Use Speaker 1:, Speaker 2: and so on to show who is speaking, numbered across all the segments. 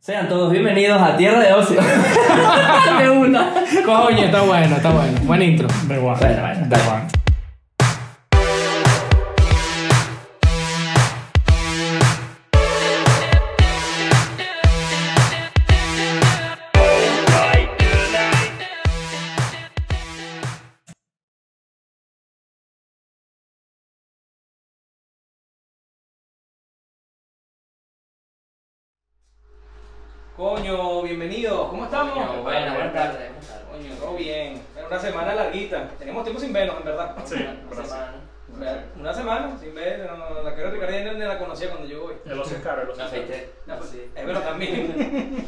Speaker 1: Sean todos bienvenidos a Tierra de Ocio. de una.
Speaker 2: Coño, está bueno, está bueno. Buen intro.
Speaker 3: Da igual.
Speaker 1: Bueno, bueno,
Speaker 3: Da igual.
Speaker 4: Coño, bienvenidos, ¿cómo estamos? Coño,
Speaker 1: Buenas, buenas tardes. buenas tardes.
Speaker 4: todo bien. Pero Una semana larguita. Tenemos tiempo sin vernos, en verdad.
Speaker 3: Sí,
Speaker 1: Una
Speaker 3: gracias.
Speaker 1: semana.
Speaker 4: Una- Una semana sin ver, no, no, la que Ricardo ya ni la conocía cuando llegó hoy.
Speaker 3: El ocio es caro, el ocio
Speaker 1: Una
Speaker 3: es caro.
Speaker 1: aceite. así.
Speaker 4: pues, Es verdad también.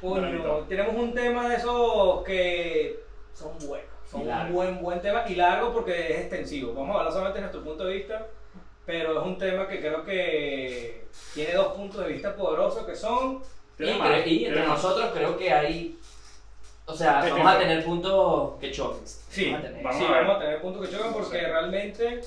Speaker 4: Coño,
Speaker 3: Maldito.
Speaker 4: tenemos un tema de esos que son buenos. Son
Speaker 1: Y
Speaker 4: un
Speaker 1: largo.
Speaker 4: buen, buen tema y largo porque es extensivo. Vamos a hablar solamente de nuestro punto de vista, pero es un tema que creo que tiene dos puntos de vista poderosos que son...
Speaker 1: Y,
Speaker 3: Tiene
Speaker 1: entre-
Speaker 3: más,
Speaker 1: y
Speaker 3: tiene
Speaker 1: entre
Speaker 3: más.
Speaker 1: nosotros creo que hay. O sea,
Speaker 3: Sí,
Speaker 1: vamos a
Speaker 3: tiene-
Speaker 1: tener puntos que choquen.
Speaker 4: Sí,
Speaker 1: Vamos a tener.
Speaker 3: Vamos
Speaker 4: sí,
Speaker 3: a ver.
Speaker 4: vamos a tener puntos que chocan porque
Speaker 3: Sí.
Speaker 4: realmente,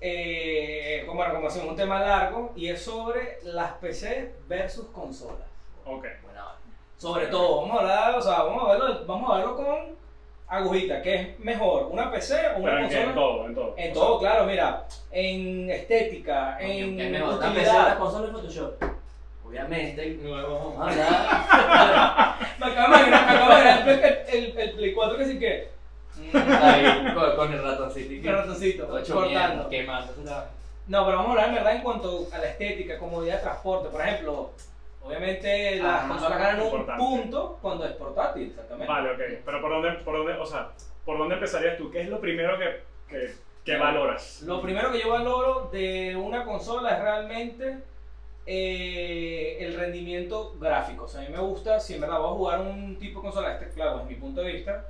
Speaker 4: eh, como recomendación, es un tema largo y es sobre las PC versus consolas.
Speaker 3: Ok.
Speaker 1: Buena hora.
Speaker 4: Sobre todo, vamos a hablar, o sea, vamos a verlo, vamos a verlo con agujita, ¿qué es mejor, una PC o una
Speaker 3: Pero en qué? en
Speaker 4: consola?
Speaker 3: todo, en todo.
Speaker 4: En
Speaker 3: O
Speaker 4: todo,
Speaker 3: sea,
Speaker 4: claro, mira, en estética, en
Speaker 1: Que es mejor. La PC,
Speaker 4: utilidad.
Speaker 1: la consola y Photoshop. Obviamente, no vamos a hablar.
Speaker 4: Me acabo de imaginar- me acabo de imaginar el, el, el Play 4 que sí que... mm,
Speaker 1: Ahí, con, con el ratoncito.
Speaker 4: un ratoncito,
Speaker 1: Ocho mierda,
Speaker 4: cortando.
Speaker 1: quemando. eso está-
Speaker 4: No, pero vamos a hablar en verdad en cuanto a la estética, comodidad de transporte. Por ejemplo, obviamente las
Speaker 1: Ah,
Speaker 4: consolas ganan un
Speaker 3: importante.
Speaker 4: punto cuando es portátil, exactamente.
Speaker 3: Vale, ok. Pero ¿por dónde, por dónde, o sea, por dónde empezarías tú? ¿Qué es lo primero que, que, que valoras?
Speaker 4: Lo primero que yo valoro de una consola es realmente eh, el rendimiento gráfico. O sea, a mí me gusta, si en verdad voy a jugar un tipo de consola, este, claro, desde mi punto de vista,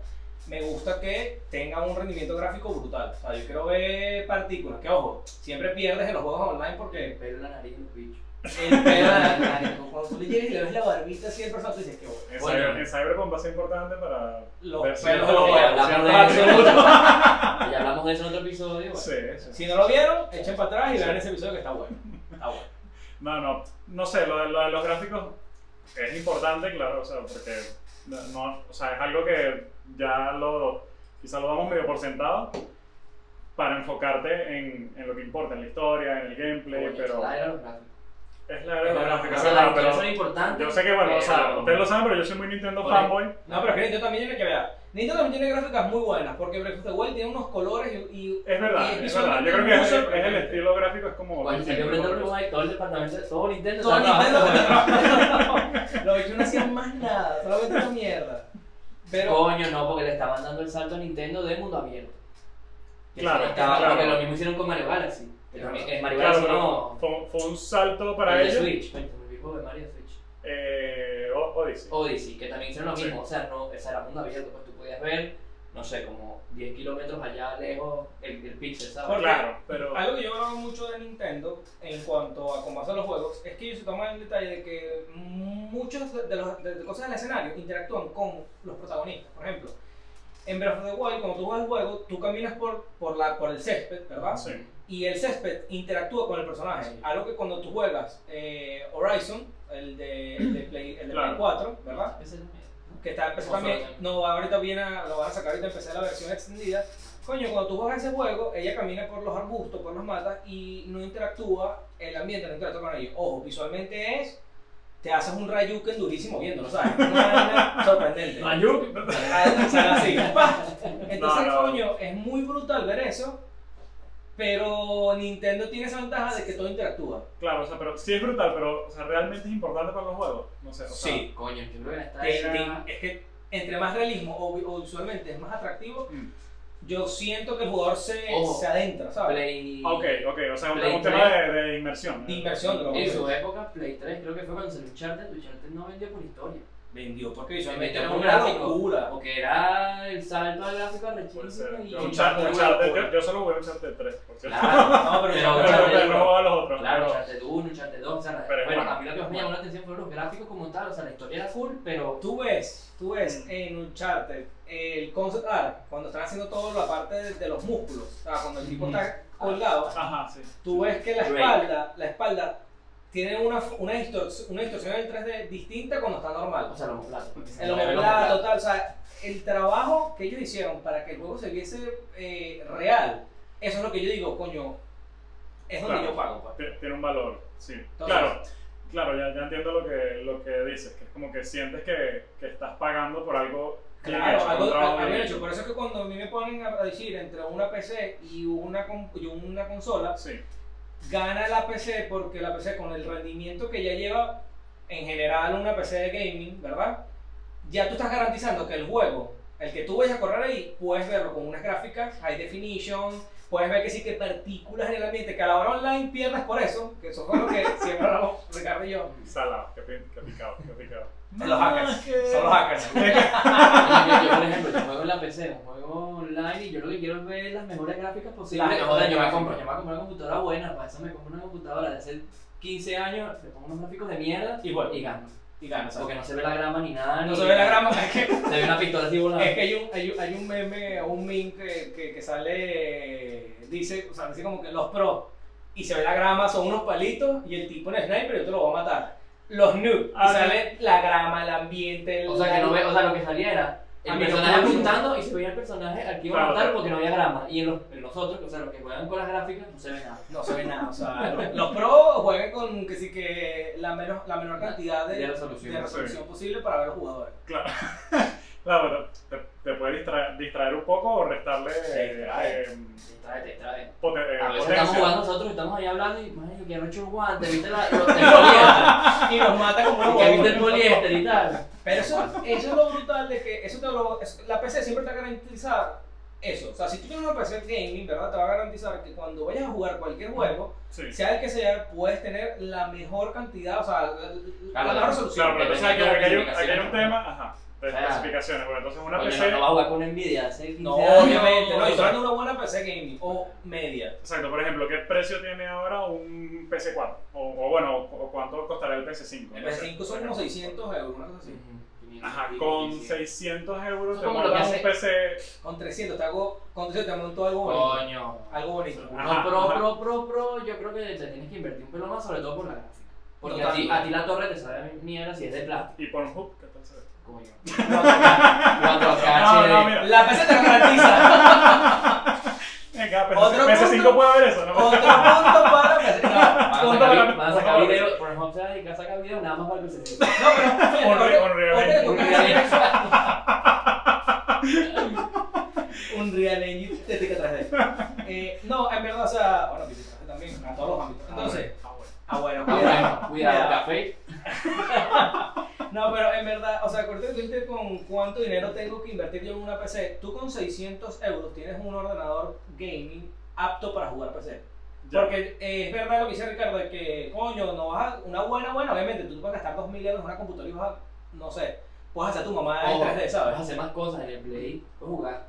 Speaker 4: me gusta que tenga un rendimiento gráfico brutal. O sea, yo quiero ver partículas, que ojo, siempre pierdes en los juegos online porque
Speaker 1: El pelo en la nariz del bicho.
Speaker 4: el pedo de la nariz, cuando tú le llegas y le ves la barbita así al personaje, dices que bueno.
Speaker 3: En,
Speaker 1: Bueno.
Speaker 3: Cyber- en Cyberpunk va a ser importante para...
Speaker 4: Los
Speaker 3: ver si-
Speaker 4: pelos de
Speaker 3: si-
Speaker 4: los
Speaker 3: si-
Speaker 4: huevos.
Speaker 3: si-
Speaker 1: Hablamos de
Speaker 3: si-
Speaker 1: eso.
Speaker 3: si-
Speaker 1: Ya hablamos de eso en otro episodio. bueno.
Speaker 3: Sí, sí.
Speaker 4: Si no lo vieron, echen para atrás y vean ese episodio que está bueno. Está bueno.
Speaker 3: No, no, no sé, lo de, lo de los gráficos es importante, claro, o sea, porque no- no, o sea, es algo que ya lo, quizá lo damos medio por sentado para enfocarte en, en lo que importa, en la historia, en el gameplay,
Speaker 1: Coño,
Speaker 3: pero
Speaker 1: la era los gráficos.
Speaker 3: es la era de los
Speaker 1: O
Speaker 3: gráficos.
Speaker 1: sea,
Speaker 3: claro,
Speaker 1: las
Speaker 3: pero
Speaker 1: cosas son importantes.
Speaker 3: yo sé que, bueno, o sea,
Speaker 1: pero-
Speaker 3: ustedes lo saben, pero yo soy muy Nintendo
Speaker 1: Por ahí.
Speaker 3: fanboy.
Speaker 4: No, pero es que Nintendo también tiene que ver. Nintendo también tiene gráficas muy buenas, porque Breath of the Wild tiene unos colores y. y-
Speaker 3: Es
Speaker 4: y
Speaker 3: verdad, es verdad. Yo creo que
Speaker 4: muy
Speaker 3: es, es el
Speaker 4: sorprendente.
Speaker 3: estilo gráfico, es como...
Speaker 1: Cuando salió
Speaker 3: distinto,
Speaker 1: Brenda
Speaker 3: como-
Speaker 1: Uruguay, todo el departamento, todo Nintendo.
Speaker 4: Todo
Speaker 1: estaba
Speaker 4: Nintendo
Speaker 1: trabajando.
Speaker 4: pero- Los bichos no hacían más nada, solamente esa mierda. Pero.
Speaker 1: Coño, no, porque le estaban dando el salto a Nintendo de mundo abierto. Que
Speaker 3: Claro,
Speaker 1: sí, estaba,
Speaker 3: claro.
Speaker 1: Porque lo mismo hicieron con Mario Galaxy. Que también, eh, Mario
Speaker 3: Claro,
Speaker 1: Galaxy
Speaker 3: pero
Speaker 1: no.
Speaker 3: fue, fue un salto para
Speaker 1: el de
Speaker 3: ellos.
Speaker 1: Switch. el videojuego de Mario Switch.
Speaker 3: Eh, O- Odyssey.
Speaker 1: Odyssey, que también hicieron lo
Speaker 3: Sí.
Speaker 1: mismo. O sea, no, esa era mundo abierto. Pues tú podías ver, no sé, como 10 kilómetros allá lejos el, el pixel, ¿sabes?
Speaker 4: Por-
Speaker 3: Claro, pero...
Speaker 4: Algo que yo valoro mucho de Nintendo en cuanto a cómo hacen los juegos es que ellos se toman el detalle de que muchas de, las de- de cosas del escenario interactúan con los protagonistas. Por ejemplo, en Breath of the Wild, cuando tú juegas el juego, tú caminas por, por, la, por el césped, ¿verdad?
Speaker 3: Ah, Sí.
Speaker 4: y el césped interactúa con el personaje.
Speaker 1: Sí.
Speaker 4: Algo que cuando tú juegas eh, Horizon, el de, el de Play, el de
Speaker 3: Claro.
Speaker 4: Play 4, ¿verdad?
Speaker 1: Ese es el miedo, ¿no?
Speaker 4: Que está en PC también.
Speaker 1: Ojo,
Speaker 4: No, ahorita viene a- lo van a sacar ahorita empecé la versión extendida. Coño, cuando tú juegas ese juego, ella camina por los arbustos, por las matas y no interactúa, el ambiente no interactúa con ellos. Ojo, visualmente es. Te haces un rayuken durísimo viéndolo, ¿sabes? Una vaina sorprendente.
Speaker 3: Ayuk.
Speaker 4: Ah, sale así, pa. Entonces,
Speaker 3: No, no.
Speaker 4: coño, es muy brutal ver eso. Pero Nintendo tiene esa ventaja de que todo interactúa.
Speaker 3: Claro, o sea, pero sí es brutal, pero o sea, realmente es importante para los juegos. No sé, o sea,
Speaker 4: Sí.
Speaker 1: Coño, yo creo que esta
Speaker 4: Te-
Speaker 1: era-
Speaker 4: te- es que entre más realismo o, vi- o visualmente es más atractivo,
Speaker 3: Mm.
Speaker 4: yo siento que el jugador se,
Speaker 1: Ojo.
Speaker 4: se adentra, ¿sabes?
Speaker 1: Play...
Speaker 3: Ok, ok, o sea, un,
Speaker 1: Play
Speaker 3: un tema de, de inmersión. ¿eh?
Speaker 4: De inmersión, de lo
Speaker 1: En
Speaker 4: que-
Speaker 1: su época, Play 3 creo que fue cuando salió Uncharted. Uncharted no vendió por historia.
Speaker 4: Vendió, porque
Speaker 1: visualmente
Speaker 4: visualmente
Speaker 1: era
Speaker 4: era
Speaker 1: un
Speaker 4: una
Speaker 1: gráfico.
Speaker 4: locura.
Speaker 1: Porque era el salto al gráfico
Speaker 3: Puede ser.
Speaker 1: rechísimo y...
Speaker 3: Un
Speaker 4: char-
Speaker 3: Uncharted, Uncharted, yo, yo solo jugué Uncharted 3, por cierto.
Speaker 1: Claro,
Speaker 4: No,
Speaker 1: Pero-
Speaker 4: pero,
Speaker 3: Pero,
Speaker 1: Uncharted
Speaker 3: pero
Speaker 1: uno.
Speaker 3: no jugaba los otros.
Speaker 1: claro,
Speaker 3: pero-
Speaker 1: Uncharted 1, Uncharted 2, o sea,
Speaker 3: Pero es
Speaker 1: bueno,
Speaker 3: bueno.
Speaker 1: a mí lo que más me llamó la atención fueron los gráficos como tal, o sea, la historia era cool, pero...
Speaker 4: Tú ves, tú ves en Uncharted el concept art, cuando están haciendo toda la parte de, de los músculos, o sea, cuando el tipo
Speaker 3: Ujú.
Speaker 4: está colgado,
Speaker 3: Ajá, sí.
Speaker 4: tú ves que la
Speaker 1: Drake.
Speaker 4: espalda, la espalda tienen una, una, distor- una distorsión en el 3D distinta cuando está normal.
Speaker 1: O sea, los platos.
Speaker 4: El homoplato, total, o sea, el trabajo que ellos hicieron para que el juego se viese eh, real, eso es lo que yo digo, coño, es donde
Speaker 3: Claro.
Speaker 4: yo pago. pues.
Speaker 3: Tie- Tiene un valor, sí.
Speaker 4: Entonces-
Speaker 3: claro, claro, ya, ya entiendo lo que, lo que dices, que es como que sientes que, que estás pagando por algo bien
Speaker 4: Claro,
Speaker 3: hecho, por
Speaker 4: algo,
Speaker 3: un trabajo
Speaker 4: algo
Speaker 3: bien
Speaker 4: bien hecho. Por eso es que cuando a mí me ponen a decir entre una PC y una, com- y una consola,
Speaker 3: Sí,
Speaker 4: gana la PC porque la PC con el rendimiento que ya lleva en general una PC de gaming, ¿verdad? Ya tú estás garantizando que el juego, el que tú vayas a correr ahí, puedes verlo con unas gráficas, high definition, puedes ver que sí que partículas en el ambiente, que a la hora online pierdas por eso, que eso fue lo que siempre hablamos Ricardo y yo,
Speaker 3: salado, que, pi- que picado, que picado.
Speaker 4: de los hackers, son los hackers.
Speaker 1: Yo, yo, por ejemplo, yo juego en la PC, juego online y yo lo que quiero es ver las mejores gráficas posibles.
Speaker 4: Las
Speaker 1: O sea, yo
Speaker 4: mejores
Speaker 1: me,
Speaker 4: gráficas.
Speaker 1: compro, yo me voy a comprar una computadora buena, para eso me compro una computadora de hace 15 años, le pongo unos gráficos de mierda
Speaker 4: Y bueno,
Speaker 1: y gano.
Speaker 4: y ganas.
Speaker 1: Porque no se ve la grama ni nada.
Speaker 4: No
Speaker 1: ni-
Speaker 4: se ve la grama, es que
Speaker 1: Se ve una pistola así volando.
Speaker 4: Es que hay un, hay, un- hay un meme, un meme que, que, que sale, eh, dice, o sea, dice como que los pros, y se ve la grama, son unos palitos, y el tipo en sniper, yo te lo voy a matar. Los noobs,
Speaker 3: Ah,
Speaker 4: y sale la grama, el ambiente, el-
Speaker 1: O sea, que no ve, o sea, lo que salía era
Speaker 4: A
Speaker 1: el
Speaker 4: mí no
Speaker 1: personaje
Speaker 4: puedo.
Speaker 1: apuntando y se veía el personaje al que iba a
Speaker 3: Claro,
Speaker 1: matar
Speaker 3: claro.
Speaker 1: porque no había grama. Y en los, en los otros, o sea, los que juegan con las gráficas, no se ve nada.
Speaker 4: no se ve nada, o sea, los, los pros juegan con que sí que la, menos, la menor cantidad de,
Speaker 1: De
Speaker 4: de
Speaker 1: resolución.
Speaker 4: resolución posible para ver los jugadores.
Speaker 3: Claro, claro pero te, te puede distraer, distraer un poco o restarle eh,
Speaker 1: distrae.
Speaker 3: eh,
Speaker 1: Distraete, distraete.
Speaker 3: poten- eh,
Speaker 1: A veces estamos
Speaker 3: potencia.
Speaker 1: jugando nosotros, estamos ahí hablando y, madre, que arrecho el guante, viste la, el poliéster,
Speaker 4: Y los mata como unos
Speaker 1: que viste
Speaker 4: bobos.
Speaker 1: el poliéster y tal.
Speaker 4: Pero eso, eso es lo brutal de que eso te lo- es- la PC siempre te va a garantizar eso. O sea, si tú tienes una PC gaming, ¿verdad? Te va a garantizar que cuando vayas a jugar cualquier juego,
Speaker 3: Sí.
Speaker 4: sea el que sea, puedes tener la mejor cantidad, o sea, la, la-
Speaker 1: Claro,
Speaker 4: la
Speaker 1: claro.
Speaker 4: mejor resolución.
Speaker 3: Claro, pero entonces aquí,
Speaker 1: Depende de
Speaker 3: aquí hay, un,
Speaker 1: las
Speaker 3: aquí hay un tema, ajá, de
Speaker 1: O sea,
Speaker 3: especificaciones. Bueno, entonces una
Speaker 1: Coño,
Speaker 3: PC,
Speaker 1: no, no va a jugar con envidia, hace 15
Speaker 4: No,
Speaker 1: años.
Speaker 4: obviamente, no, yo estoy
Speaker 1: Exacto.
Speaker 4: hablando de una buena PC gaming o media.
Speaker 3: exacto, por ejemplo, ¿qué precio tiene ahora un PC4? O, o bueno, o- o ¿cuánto costará el PC5?
Speaker 4: El
Speaker 3: No sé,
Speaker 4: PS5
Speaker 3: por
Speaker 4: son como
Speaker 3: ejemplo.
Speaker 4: 600 euros, una cosa así.
Speaker 3: Ajá, con 600 euros
Speaker 1: Eso
Speaker 3: te
Speaker 1: como lo que
Speaker 3: montas
Speaker 1: hace-
Speaker 3: un PC
Speaker 4: Con 300 te hago, con 300 te monto algo bonito.
Speaker 1: Coño. Ah,
Speaker 4: Algo bonito.
Speaker 3: Ajá,
Speaker 1: No, pro,
Speaker 3: ajá.
Speaker 1: pro, pro, pro, yo creo que te tienes que invertir un pelo más, sobre todo por la gráfica. Porque a ti,
Speaker 4: Total.
Speaker 1: a ti la torre te sabe a mierda si es de plata.
Speaker 3: y Pornhub, ¿qué tal se ve?
Speaker 1: Coño.
Speaker 4: No, no,
Speaker 1: 4K,
Speaker 3: No, no,
Speaker 1: HD.
Speaker 3: mira.
Speaker 4: no. La PC te lo garantiza.
Speaker 3: Venga,
Speaker 4: Otro
Speaker 3: PC, 5
Speaker 4: punto.
Speaker 3: puede haber eso, ¿no?
Speaker 4: Otro punto para PC.
Speaker 1: Van
Speaker 4: No,
Speaker 1: a sacar,
Speaker 4: punto para
Speaker 1: vi- van a sacar
Speaker 3: por favor.
Speaker 1: video, por ejemplo, se va a dedicar a sacar video nada más para el PC.
Speaker 4: No, pero.
Speaker 3: Honre-
Speaker 4: pero-
Speaker 3: honreadamente.
Speaker 4: ponte que toca- Un real engine te tica 3D. Eh, no, en verdad, o sea, bueno, pues, también, a todos los ámbitos. Entonces,
Speaker 3: Ah, bueno.
Speaker 4: ah, bueno,
Speaker 1: Ah, bueno,
Speaker 4: cuidado.
Speaker 1: cuidado, café.
Speaker 4: No, pero en verdad, o sea, corté tú dijiste con cuánto dinero tengo que invertir yo en una PC. Tú con 600 euros tienes un ordenador gaming apto para jugar PC.
Speaker 3: Ya.
Speaker 4: Porque eh, es verdad lo que dice Ricardo, de que, coño, no vas a. Una buena, buena, obviamente, tú vas a gastar 2.000 euros en una computadora y vas a, no sé, puedes hacer tu mamá en
Speaker 1: Ojo,
Speaker 4: 3D, ¿sabes?
Speaker 1: Puedes hacer más cosas en el Play, puedes jugar.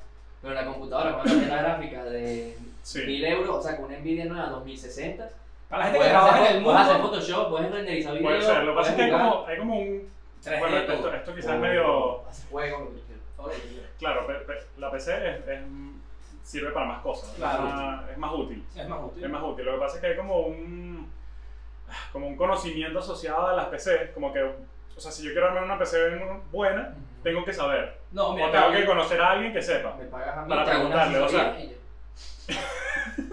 Speaker 1: Pero en la computadora, con una tarjeta gráfica de
Speaker 3: Sí.
Speaker 1: 1000 euros, o sea, con una Nvidia nueva 2060,
Speaker 4: Para la gente que
Speaker 1: puedes
Speaker 4: trabaja en
Speaker 1: hacer,
Speaker 4: el
Speaker 1: puedes hacer
Speaker 4: mundo.
Speaker 1: Photoshop, puedes renderizar video.
Speaker 3: Puede ser, lo que pasa es que hay
Speaker 1: puedes jugar,
Speaker 3: como, hay como un... Bueno, esto, esto quizás es
Speaker 1: o
Speaker 3: medio...
Speaker 1: hacer juegos, lo que tú quieras.
Speaker 3: Claro, pe- pe- la PC es, es- sirve para más cosas,
Speaker 4: Claro.
Speaker 3: es, más, es más útil.
Speaker 4: Es más útil.
Speaker 3: Es más útil. Lo que pasa es que hay como un, ah, como un conocimiento asociado a las PCs, como que, o sea, si yo quiero armar una PC buena, tengo que saber.
Speaker 4: No,
Speaker 3: O
Speaker 4: mira,
Speaker 3: tengo que
Speaker 4: Gabriel,
Speaker 3: conocer a alguien que sepa.
Speaker 1: Me pagas a mí
Speaker 3: Para
Speaker 1: te hago una
Speaker 3: preguntarle, o sea.
Speaker 1: asesoría y ya.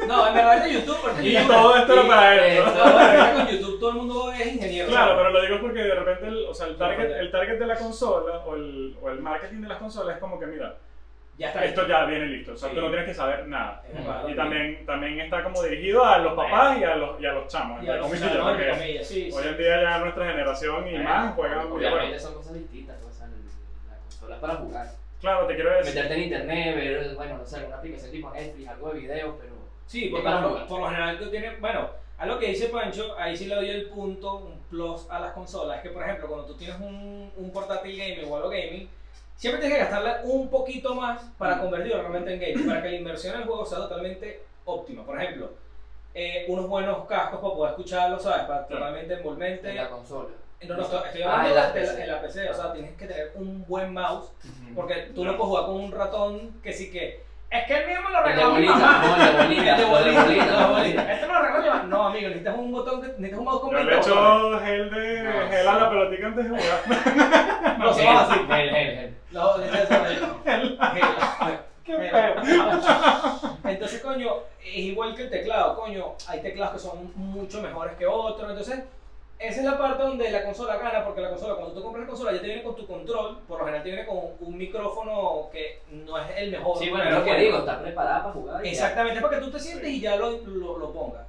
Speaker 4: No, en verdad es de YouTube, porque
Speaker 3: Y
Speaker 4: YouTube-
Speaker 3: todo esto era
Speaker 4: y-
Speaker 3: para él.
Speaker 4: eh,
Speaker 3: ¿no?
Speaker 4: no, en verdad con YouTube todo el mundo es ingeniero.
Speaker 3: Claro,
Speaker 4: ¿sabes?
Speaker 3: pero lo digo es porque de repente el, o sea, el, target, el target de la consola o el, o el marketing de las consolas es como que, mira,
Speaker 4: Ya está.
Speaker 3: esto ya viene listo, o sea,
Speaker 4: Sí.
Speaker 3: tú no tienes que saber nada.
Speaker 4: Es verdad,
Speaker 3: Y también, también está como dirigido a los papás y a los, y a los chamos,
Speaker 4: Y a
Speaker 3: entre
Speaker 4: los
Speaker 3: comillas,
Speaker 4: creadores,
Speaker 3: porque
Speaker 4: entre comillas, sí,
Speaker 3: hoy
Speaker 4: sí.
Speaker 3: en día ya nuestra generación y más juegan videojuegos.
Speaker 1: Obviamente son cosas distintas, o sea, el- la consola es para jugar.
Speaker 3: Claro, te quiero decir,
Speaker 1: Meterte en internet, ver, bueno, no sé, alguna aplicación tipo Netflix, algo de videos, pero...
Speaker 4: Sí, porque
Speaker 1: Para
Speaker 4: por,
Speaker 1: jugar.
Speaker 4: por lo general tú tienes, bueno, a lo que dice Pancho, ahí sí le doy el punto, un plus a las consolas, que por ejemplo, cuando tú tienes un, un portátil gaming o algo gaming, siempre tienes que gastarle un poquito más para convertirlo realmente en gaming, para que la inversión en el juego sea totalmente óptima. Por ejemplo, eh, unos buenos cascos para poder escucharlo, ¿sabes? Para
Speaker 3: Claro.
Speaker 4: totalmente envolvente.
Speaker 1: En la consola.
Speaker 4: No, no, estoy estoy
Speaker 1: Ah,
Speaker 4: hablando
Speaker 1: en
Speaker 4: de
Speaker 1: la
Speaker 4: la- de la,
Speaker 1: PC.
Speaker 4: en la PC, o sea, tienes que tener un buen mouse,
Speaker 1: Ujú.
Speaker 4: porque tú no puedes jugar con un ratón que sí que Es que el mío me lo
Speaker 1: El de
Speaker 4: regaló mi
Speaker 1: bolita,
Speaker 4: mamá.
Speaker 1: no, el de bolita,
Speaker 4: El de
Speaker 1: el de bolita,
Speaker 4: bolita, el de
Speaker 1: el de
Speaker 4: bolita. Este me lo regaló mi mamá. No, amigo, necesitas un botón, de- necesitas un botón
Speaker 3: Yo
Speaker 4: con
Speaker 3: le
Speaker 4: 20 botones.
Speaker 3: echo gel de
Speaker 1: No,
Speaker 3: gel a
Speaker 1: sí.
Speaker 3: la pelotica antes de jugar.
Speaker 4: No, se va así.
Speaker 1: Gel, gel, gel.
Speaker 4: No, le echas eso. Mira,
Speaker 3: Qué
Speaker 4: mira.
Speaker 3: feo.
Speaker 4: Entonces, coño, es igual que el teclado, coño. Hay teclados que son mucho mejores que otros. Entonces, esa es la parte donde la consola gana, porque la consola, cuando tú compras la consola, ya te viene con tu control. Por lo general, te viene con un micrófono que no es el mejor.
Speaker 1: Sí, bueno, es
Speaker 4: pero
Speaker 1: lo que
Speaker 4: bueno.
Speaker 1: digo, está preparada para jugar. y ya.
Speaker 4: Exactamente, para que tú te sientes y ya lo, lo, lo pongas.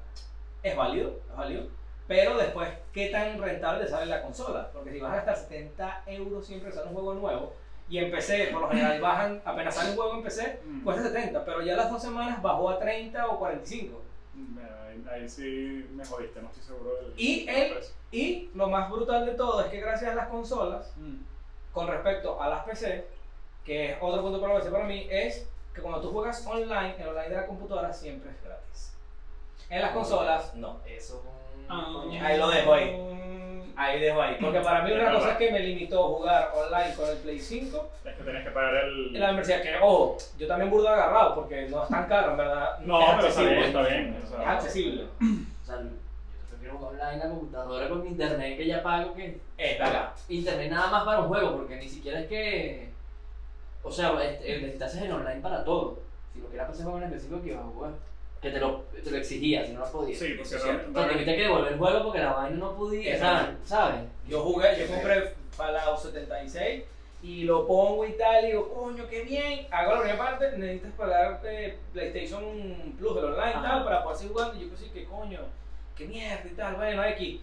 Speaker 4: Es válido, es válido. Pero después, ¿qué tan rentable te sale la consola? Porque si vas a gastar 70 euros siempre sale un juego nuevo y en PC, por lo general bajan, apenas sale un juego en PC,
Speaker 3: Mm,
Speaker 4: cuesta 70, pero ya las dos semanas bajó a 30 o 45.
Speaker 3: Mira, mm, ahí- Ahí sí me jodiste, no estoy seguro del.
Speaker 4: Y
Speaker 3: del
Speaker 4: el-
Speaker 3: precio.
Speaker 4: Y lo más brutal de todo es que gracias a las consolas, con respecto a las PC, que es otro punto para PC para mí, es que cuando tú juegas online, el online de la computadora siempre es gratis. En las consolas, no.
Speaker 1: Eso es un.
Speaker 3: Ah.
Speaker 1: coño.
Speaker 4: Ahí lo dejo ahí. Ahí dejo ahí. Porque para mí
Speaker 3: Es
Speaker 4: una cosa
Speaker 3: verdad.
Speaker 4: que me limitó jugar online con el Play 5
Speaker 3: Es que tenías que pagar el.
Speaker 4: es la membresía. Que, ojo, yo también burdo agarrado porque no es tan caro, en verdad.
Speaker 3: No,
Speaker 4: es
Speaker 3: pero está
Speaker 4: accesible.
Speaker 3: bien, está bien. o
Speaker 4: Es
Speaker 3: sea,
Speaker 4: accesible.
Speaker 1: O sea, yo prefiero jugar online en la computadora con mi internet que ya pago que.
Speaker 4: Está acá.
Speaker 1: Internet nada más para un juego, porque ni siquiera es que. O sea, este, eh, necesitas el online para todo. Si lo quieras hacer juego en específico que ibas a jugar. Que te lo, te lo exigía, si no lo podías.
Speaker 3: Sí,
Speaker 4: Eso
Speaker 3: porque
Speaker 4: es
Speaker 3: realmente-
Speaker 1: Te tenías que devolver el juego porque la vaina no podía.
Speaker 4: Exacto.
Speaker 1: ¿Sabes?
Speaker 4: Yo jugué, yo compré Fallout 76 y lo pongo y tal. Y digo, coño, qué bien. Hago la primera parte. Necesitas pagar eh, PlayStation Plus, el online y
Speaker 3: Ajá.
Speaker 4: tal, para poder seguir jugando. Y yo, pues sí, qué coño, qué mierda y tal. Bueno, X.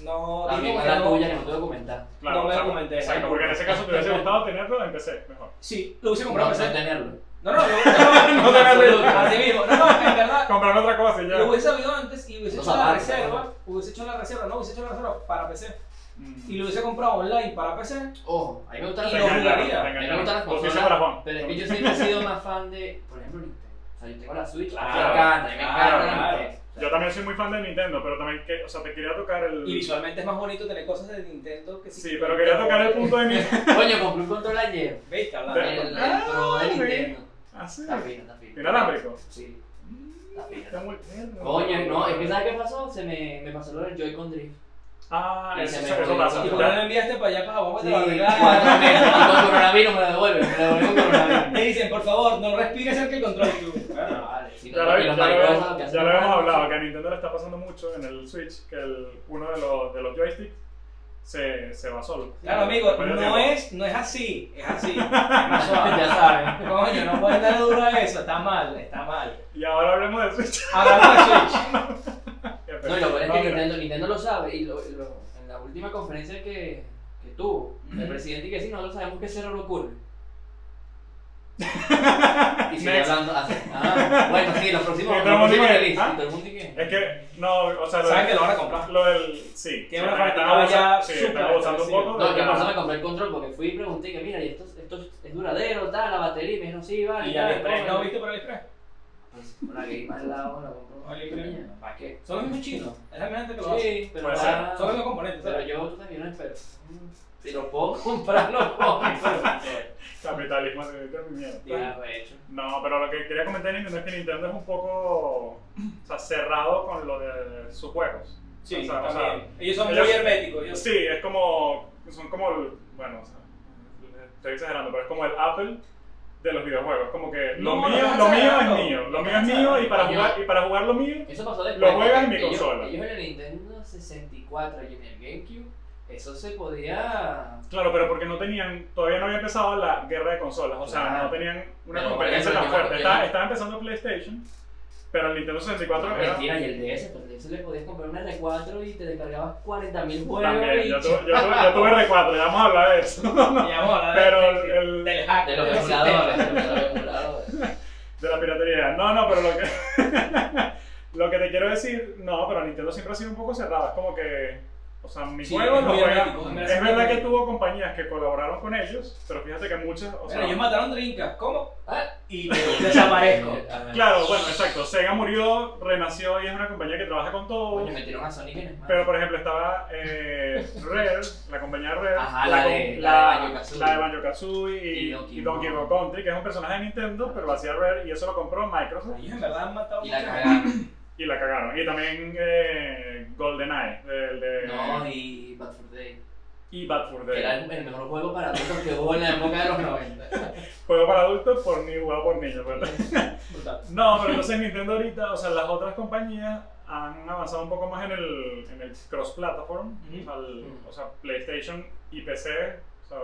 Speaker 4: No,
Speaker 1: La
Speaker 4: digo,
Speaker 1: misma
Speaker 4: bueno,
Speaker 1: la tuya que no te documentas.
Speaker 3: Claro,
Speaker 4: no me
Speaker 3: o sea,
Speaker 4: documenté.
Speaker 3: Exacto, porque en ese caso te hubiese gustado tenerlo en PC, mejor.
Speaker 4: Sí, lo hubiese
Speaker 1: No,
Speaker 4: comprado
Speaker 1: no
Speaker 4: en PC.
Speaker 1: tenerlo.
Speaker 4: No, no, no, no, no,
Speaker 3: No te la
Speaker 4: absoluto,
Speaker 3: leo.
Speaker 4: así mismo, no, no, en verdad,
Speaker 3: Comprar otra cosa y ya.
Speaker 4: lo hubiese sabido antes y hubiese
Speaker 1: Los
Speaker 4: hecho la
Speaker 1: avances,
Speaker 4: reserva,
Speaker 1: ¿no?
Speaker 4: hubiese hecho la reserva, no, hubiese hecho la reserva para PC
Speaker 3: Mm.
Speaker 4: y lo hubiese comprado online para PC,
Speaker 1: Ojo, a mí me gustan las
Speaker 4: Y
Speaker 3: Te
Speaker 4: lo
Speaker 1: consolas.
Speaker 3: engañaron, te
Speaker 4: jugaría.
Speaker 1: A mí me
Speaker 3: engañaron.
Speaker 1: gustan las
Speaker 3: Pues sí,
Speaker 1: consolas,
Speaker 3: se para Juan.
Speaker 1: Pero es que yo siempre he sido más fan de, por ejemplo, Nintendo. O sea, yo tengo la Switch,
Speaker 4: Claro,
Speaker 1: me encanta, me
Speaker 4: claro,
Speaker 1: encanta la
Speaker 4: claro.
Speaker 1: Nintendo. O sea,
Speaker 3: Yo también soy muy fan de Nintendo, pero también que, o sea, te quería tocar el.
Speaker 4: y visualmente es más bonito tener cosas de Nintendo que
Speaker 3: Sí, pero quería tocar el punto de Nintendo.
Speaker 1: Coño, compré un control ayer.
Speaker 4: ¿Viste? Hablando.
Speaker 1: El, el
Speaker 3: Ah,
Speaker 1: Pro de
Speaker 3: sí.
Speaker 1: Nintendo.
Speaker 3: Ah, sí.
Speaker 1: Está fino, está fino.
Speaker 3: Inalámbrico.
Speaker 1: Sí.
Speaker 3: Mm,
Speaker 1: Está fino.
Speaker 3: Está muy bien.
Speaker 1: Coño, no, es que ¿sabes qué pasó? Se me, me pasó lo del Joy-Con Drift.
Speaker 3: Ah,
Speaker 1: Y
Speaker 3: eso,
Speaker 1: se me
Speaker 3: eso,
Speaker 1: jodió.
Speaker 3: pasa.
Speaker 4: ¿Y por qué no lo
Speaker 3: Ya-
Speaker 4: enviaste para allá, para Japón,
Speaker 1: Sí,
Speaker 4: para te lo
Speaker 1: cuatro meses. Y con coronavirus me lo devuelven, me lo devuelven con
Speaker 4: Me
Speaker 1: coronavirus.
Speaker 4: dicen, por favor, no respires cerca el control, y tú.
Speaker 1: Bueno, vale, si no,
Speaker 3: Ya lo,
Speaker 1: y
Speaker 3: ya
Speaker 1: los
Speaker 3: lo-
Speaker 1: maricones lo que hacen
Speaker 3: ya lo
Speaker 1: es-
Speaker 3: habíamos hablado, que a Nintendo le está pasando mucho en el Switch, que el- uno de los, de los joysticks se, se va solo.
Speaker 4: Claro, amigo,
Speaker 3: Después de
Speaker 4: no
Speaker 3: tiempo.
Speaker 4: es, no es así, es así, es más suave.
Speaker 1: Ya saben.
Speaker 4: Coño, no puedes darle duro a eso, está mal, está mal.
Speaker 3: Y ahora hablemos del Switch.
Speaker 4: Hablamos de Switch.
Speaker 1: No, y lo peor es que
Speaker 3: mira.
Speaker 1: Nintendo, Nintendo lo sabe y lo, lo- en la última conferencia que, que tuvo, el
Speaker 4: Ujú.
Speaker 1: presidente que sí, nosotros sabemos que cerro lo ocurre. y sigue
Speaker 3: Next.
Speaker 1: hablando así. Ah, bueno, sí, los próximos,
Speaker 3: Y
Speaker 1: los
Speaker 3: todo el mundo
Speaker 1: próximos
Speaker 3: que-
Speaker 1: release.
Speaker 3: ¿Ah?
Speaker 1: Y todo el mundo que-
Speaker 3: Es que, no, o sea, lo,
Speaker 4: Saben que
Speaker 3: del,
Speaker 4: lo van a comprar.
Speaker 3: lo del. Sí,
Speaker 4: Tiene
Speaker 3: sí,
Speaker 4: una
Speaker 3: están
Speaker 4: fanaticada ya
Speaker 3: abusando- sí,
Speaker 4: súper
Speaker 3: están abusando un poco.
Speaker 1: No,
Speaker 3: de
Speaker 1: que
Speaker 3: la-
Speaker 1: por eso me compré el control porque fui y pregunté que mira, y esto, esto es duradero, tal, la batería, y me dijeron, sí, vale.
Speaker 4: Y
Speaker 1: tal,
Speaker 4: AliExpress,
Speaker 1: bueno.
Speaker 4: ¿no viste por AliExpress?
Speaker 1: Pues, con la que iba al lado, la compro.
Speaker 4: AliExpress.
Speaker 1: Mierda, ¿Para qué?
Speaker 4: Son los mismos chinos. Es la misma gente que lo hace.
Speaker 1: Sí, pero
Speaker 3: Puede
Speaker 1: está-
Speaker 4: Son los mismos componentes.
Speaker 1: Pero
Speaker 4: ¿sabes?
Speaker 1: yo también no espero. Si lo puedo comprar, lo compro.
Speaker 3: Capitalismo, sí, de mierda.
Speaker 1: Ya, de hecho.
Speaker 3: No, pero lo que quería comentar de Nintendo es que Nintendo es un poco o sea, cerrado con lo de sus juegos.
Speaker 4: Sí,
Speaker 3: O sea, o sea,
Speaker 4: también. ellos son
Speaker 3: ellos-
Speaker 4: muy herméticos. ellos-
Speaker 3: Sí, es como. Son como. el- Bueno, o sea, estoy exagerando, pero es como el Apple de los videojuegos. Como que lo,
Speaker 4: No, no
Speaker 3: mío,
Speaker 4: estás
Speaker 3: lo mío es
Speaker 4: exagerando.
Speaker 3: mío. Lo
Speaker 4: No
Speaker 3: mío es
Speaker 4: estás
Speaker 3: mío y para,
Speaker 1: exagerando.
Speaker 3: jugar, y para jugar lo mío.
Speaker 1: Eso pasó después.
Speaker 3: Lo juegas en mi
Speaker 1: ellos-
Speaker 3: consola.
Speaker 1: Ellos en el Nintendo 64 y en el GameCube, eso se podía.
Speaker 3: Claro, pero porque no tenían. Todavía no había empezado la guerra de consolas. O sea,
Speaker 1: Claro.
Speaker 3: no tenían una
Speaker 1: Pero,
Speaker 3: competencia
Speaker 1: por ejemplo,
Speaker 3: tan
Speaker 1: yo
Speaker 3: fuerte.
Speaker 1: creo que-
Speaker 3: Estaba, estaba empezando PlayStation, pero el Nintendo 64
Speaker 1: No,
Speaker 3: era.
Speaker 1: mentira, y el DS, pero el DS le podías comprar una R4 y te descargabas 40.000 juegos.
Speaker 3: También,
Speaker 1: y
Speaker 3: yo tuve, yo tuve, yo tuve R4, ya vamos a hablar de eso.
Speaker 4: Y vamos a hablar
Speaker 3: Pero
Speaker 4: de-
Speaker 3: el- el-
Speaker 4: del hack.
Speaker 1: De los
Speaker 4: del
Speaker 1: emuladores,
Speaker 4: sistema.
Speaker 1: de los emuladores.
Speaker 3: De la piratería. No, no, pero lo que. lo que te quiero decir, no, pero Nintendo siempre ha sido un poco cerrada. Es como que. O sea, mis
Speaker 4: Sí,
Speaker 3: juegos
Speaker 4: es
Speaker 3: los
Speaker 4: muy
Speaker 3: juegan.
Speaker 4: hermético,
Speaker 3: Es verdad que tuvo compañías que colaboraron con ellos, pero fíjate que muchas. O
Speaker 4: Mira,
Speaker 3: sea,
Speaker 4: ellos mataron Drinkas. ¿Cómo?
Speaker 1: Ah,
Speaker 4: Y y desaparezco.
Speaker 1: Ajá.
Speaker 3: Claro, bueno, exacto. Sega murió, renació y es una compañía que trabaja con todo.
Speaker 1: Coño, metieron a Sonic en Smash.
Speaker 3: Pero por ejemplo estaba eh, Rare, la compañía Rare,
Speaker 1: Ajá, la
Speaker 3: con-
Speaker 1: de- la de
Speaker 3: la,
Speaker 1: Banjo-Kazooie.
Speaker 3: la de Banjo Kazooie y,
Speaker 1: Y Donkey
Speaker 3: y Donkey Kong
Speaker 1: Kong.
Speaker 3: Country, que es un personaje de Nintendo, pero lo hacía Rare y eso lo compró Microsoft
Speaker 4: Ellos en verdad han matado
Speaker 1: y la
Speaker 4: mucha
Speaker 1: cagaron.
Speaker 3: y la cagaron. Y también eh, GoldenEye, el de
Speaker 1: No, y Bad for Day.
Speaker 3: y Bad Fur
Speaker 1: Que
Speaker 3: Day.
Speaker 1: era el, el mejor juego para adultos que hubo en la época de los
Speaker 4: Eh,
Speaker 1: 90.
Speaker 3: Juego para adultos por ni jugado por niños, ¿verdad?
Speaker 4: brutal.
Speaker 3: No, pero entonces Nintendo ahorita, o sea, las otras compañías han avanzado un poco más en el, en el cross-platform,
Speaker 4: Ujú.
Speaker 3: o sea, el- o sea, PlayStation y PC, o sea,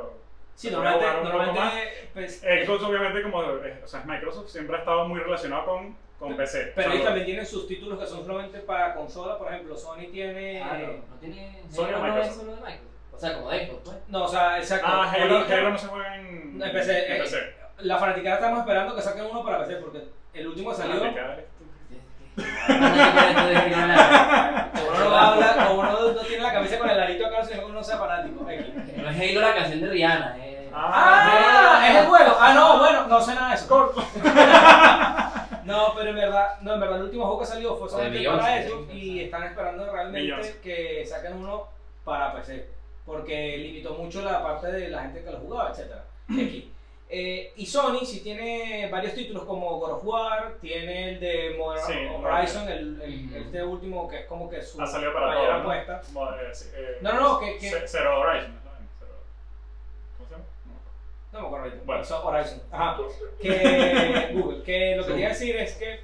Speaker 4: Sí,
Speaker 3: se puede jugar
Speaker 4: normalmente,
Speaker 3: un poco más.
Speaker 4: normalmente pues,
Speaker 3: Xbox obviamente como, eh, o sea, Microsoft siempre ha estado muy relacionado con, con PC.
Speaker 4: pero
Speaker 3: O sea,
Speaker 4: ellos también tienen sus títulos que son solamente para consola, por ejemplo, Sony tiene...
Speaker 1: Ah, no, no tiene.
Speaker 3: Sony o
Speaker 1: no
Speaker 3: Microsoft.
Speaker 1: es solo de Microsoft. O sea, como de Xbox, pues.
Speaker 4: No, o sea, exacto.
Speaker 3: Ah, Halo,
Speaker 4: Ahorita-
Speaker 3: Halo no se juega en,
Speaker 4: En PC,
Speaker 3: en
Speaker 4: eh,
Speaker 3: PC.
Speaker 4: La fanaticada estamos esperando que saquen uno para PC porque el último salió.
Speaker 3: Fanaticada eres tú.
Speaker 4: Como uno no habla, como uno no tiene la cabeza con el ladito acá, sino que uno sea fanático. X.
Speaker 1: No es Halo la canción de Rihanna, eh.
Speaker 4: Ah, es el juego. Ah, no, bueno, no sé nada de eso. No, pero en verdad, no, en verdad el último juego que salió fue solamente
Speaker 1: Beyoncé,
Speaker 4: para
Speaker 1: sí,
Speaker 4: eso
Speaker 1: sí,
Speaker 4: y
Speaker 1: sí.
Speaker 4: están esperando realmente
Speaker 3: Beyoncé.
Speaker 4: que saquen uno para PC, porque limitó mucho la parte de la gente que lo jugaba, etcétera. X. Eh, y Sony sí tiene varios títulos como God of War, tiene el de Modern
Speaker 3: Sí,
Speaker 4: Horizon, el, el-
Speaker 1: Ujú.
Speaker 4: este último que es como que su
Speaker 3: Ha salido para
Speaker 4: mayor
Speaker 3: todo, ¿no?
Speaker 4: apuesta.
Speaker 3: Como, eh, sí, eh,
Speaker 4: No, no, no, que- que-
Speaker 3: Ce- Zero Horizon, ¿no? Zero- ¿Cómo se llama?
Speaker 4: No me acuerdo ahorita.
Speaker 3: Bueno.
Speaker 4: So- Horizon. Ajá. Que Google, que lo que quería decir es que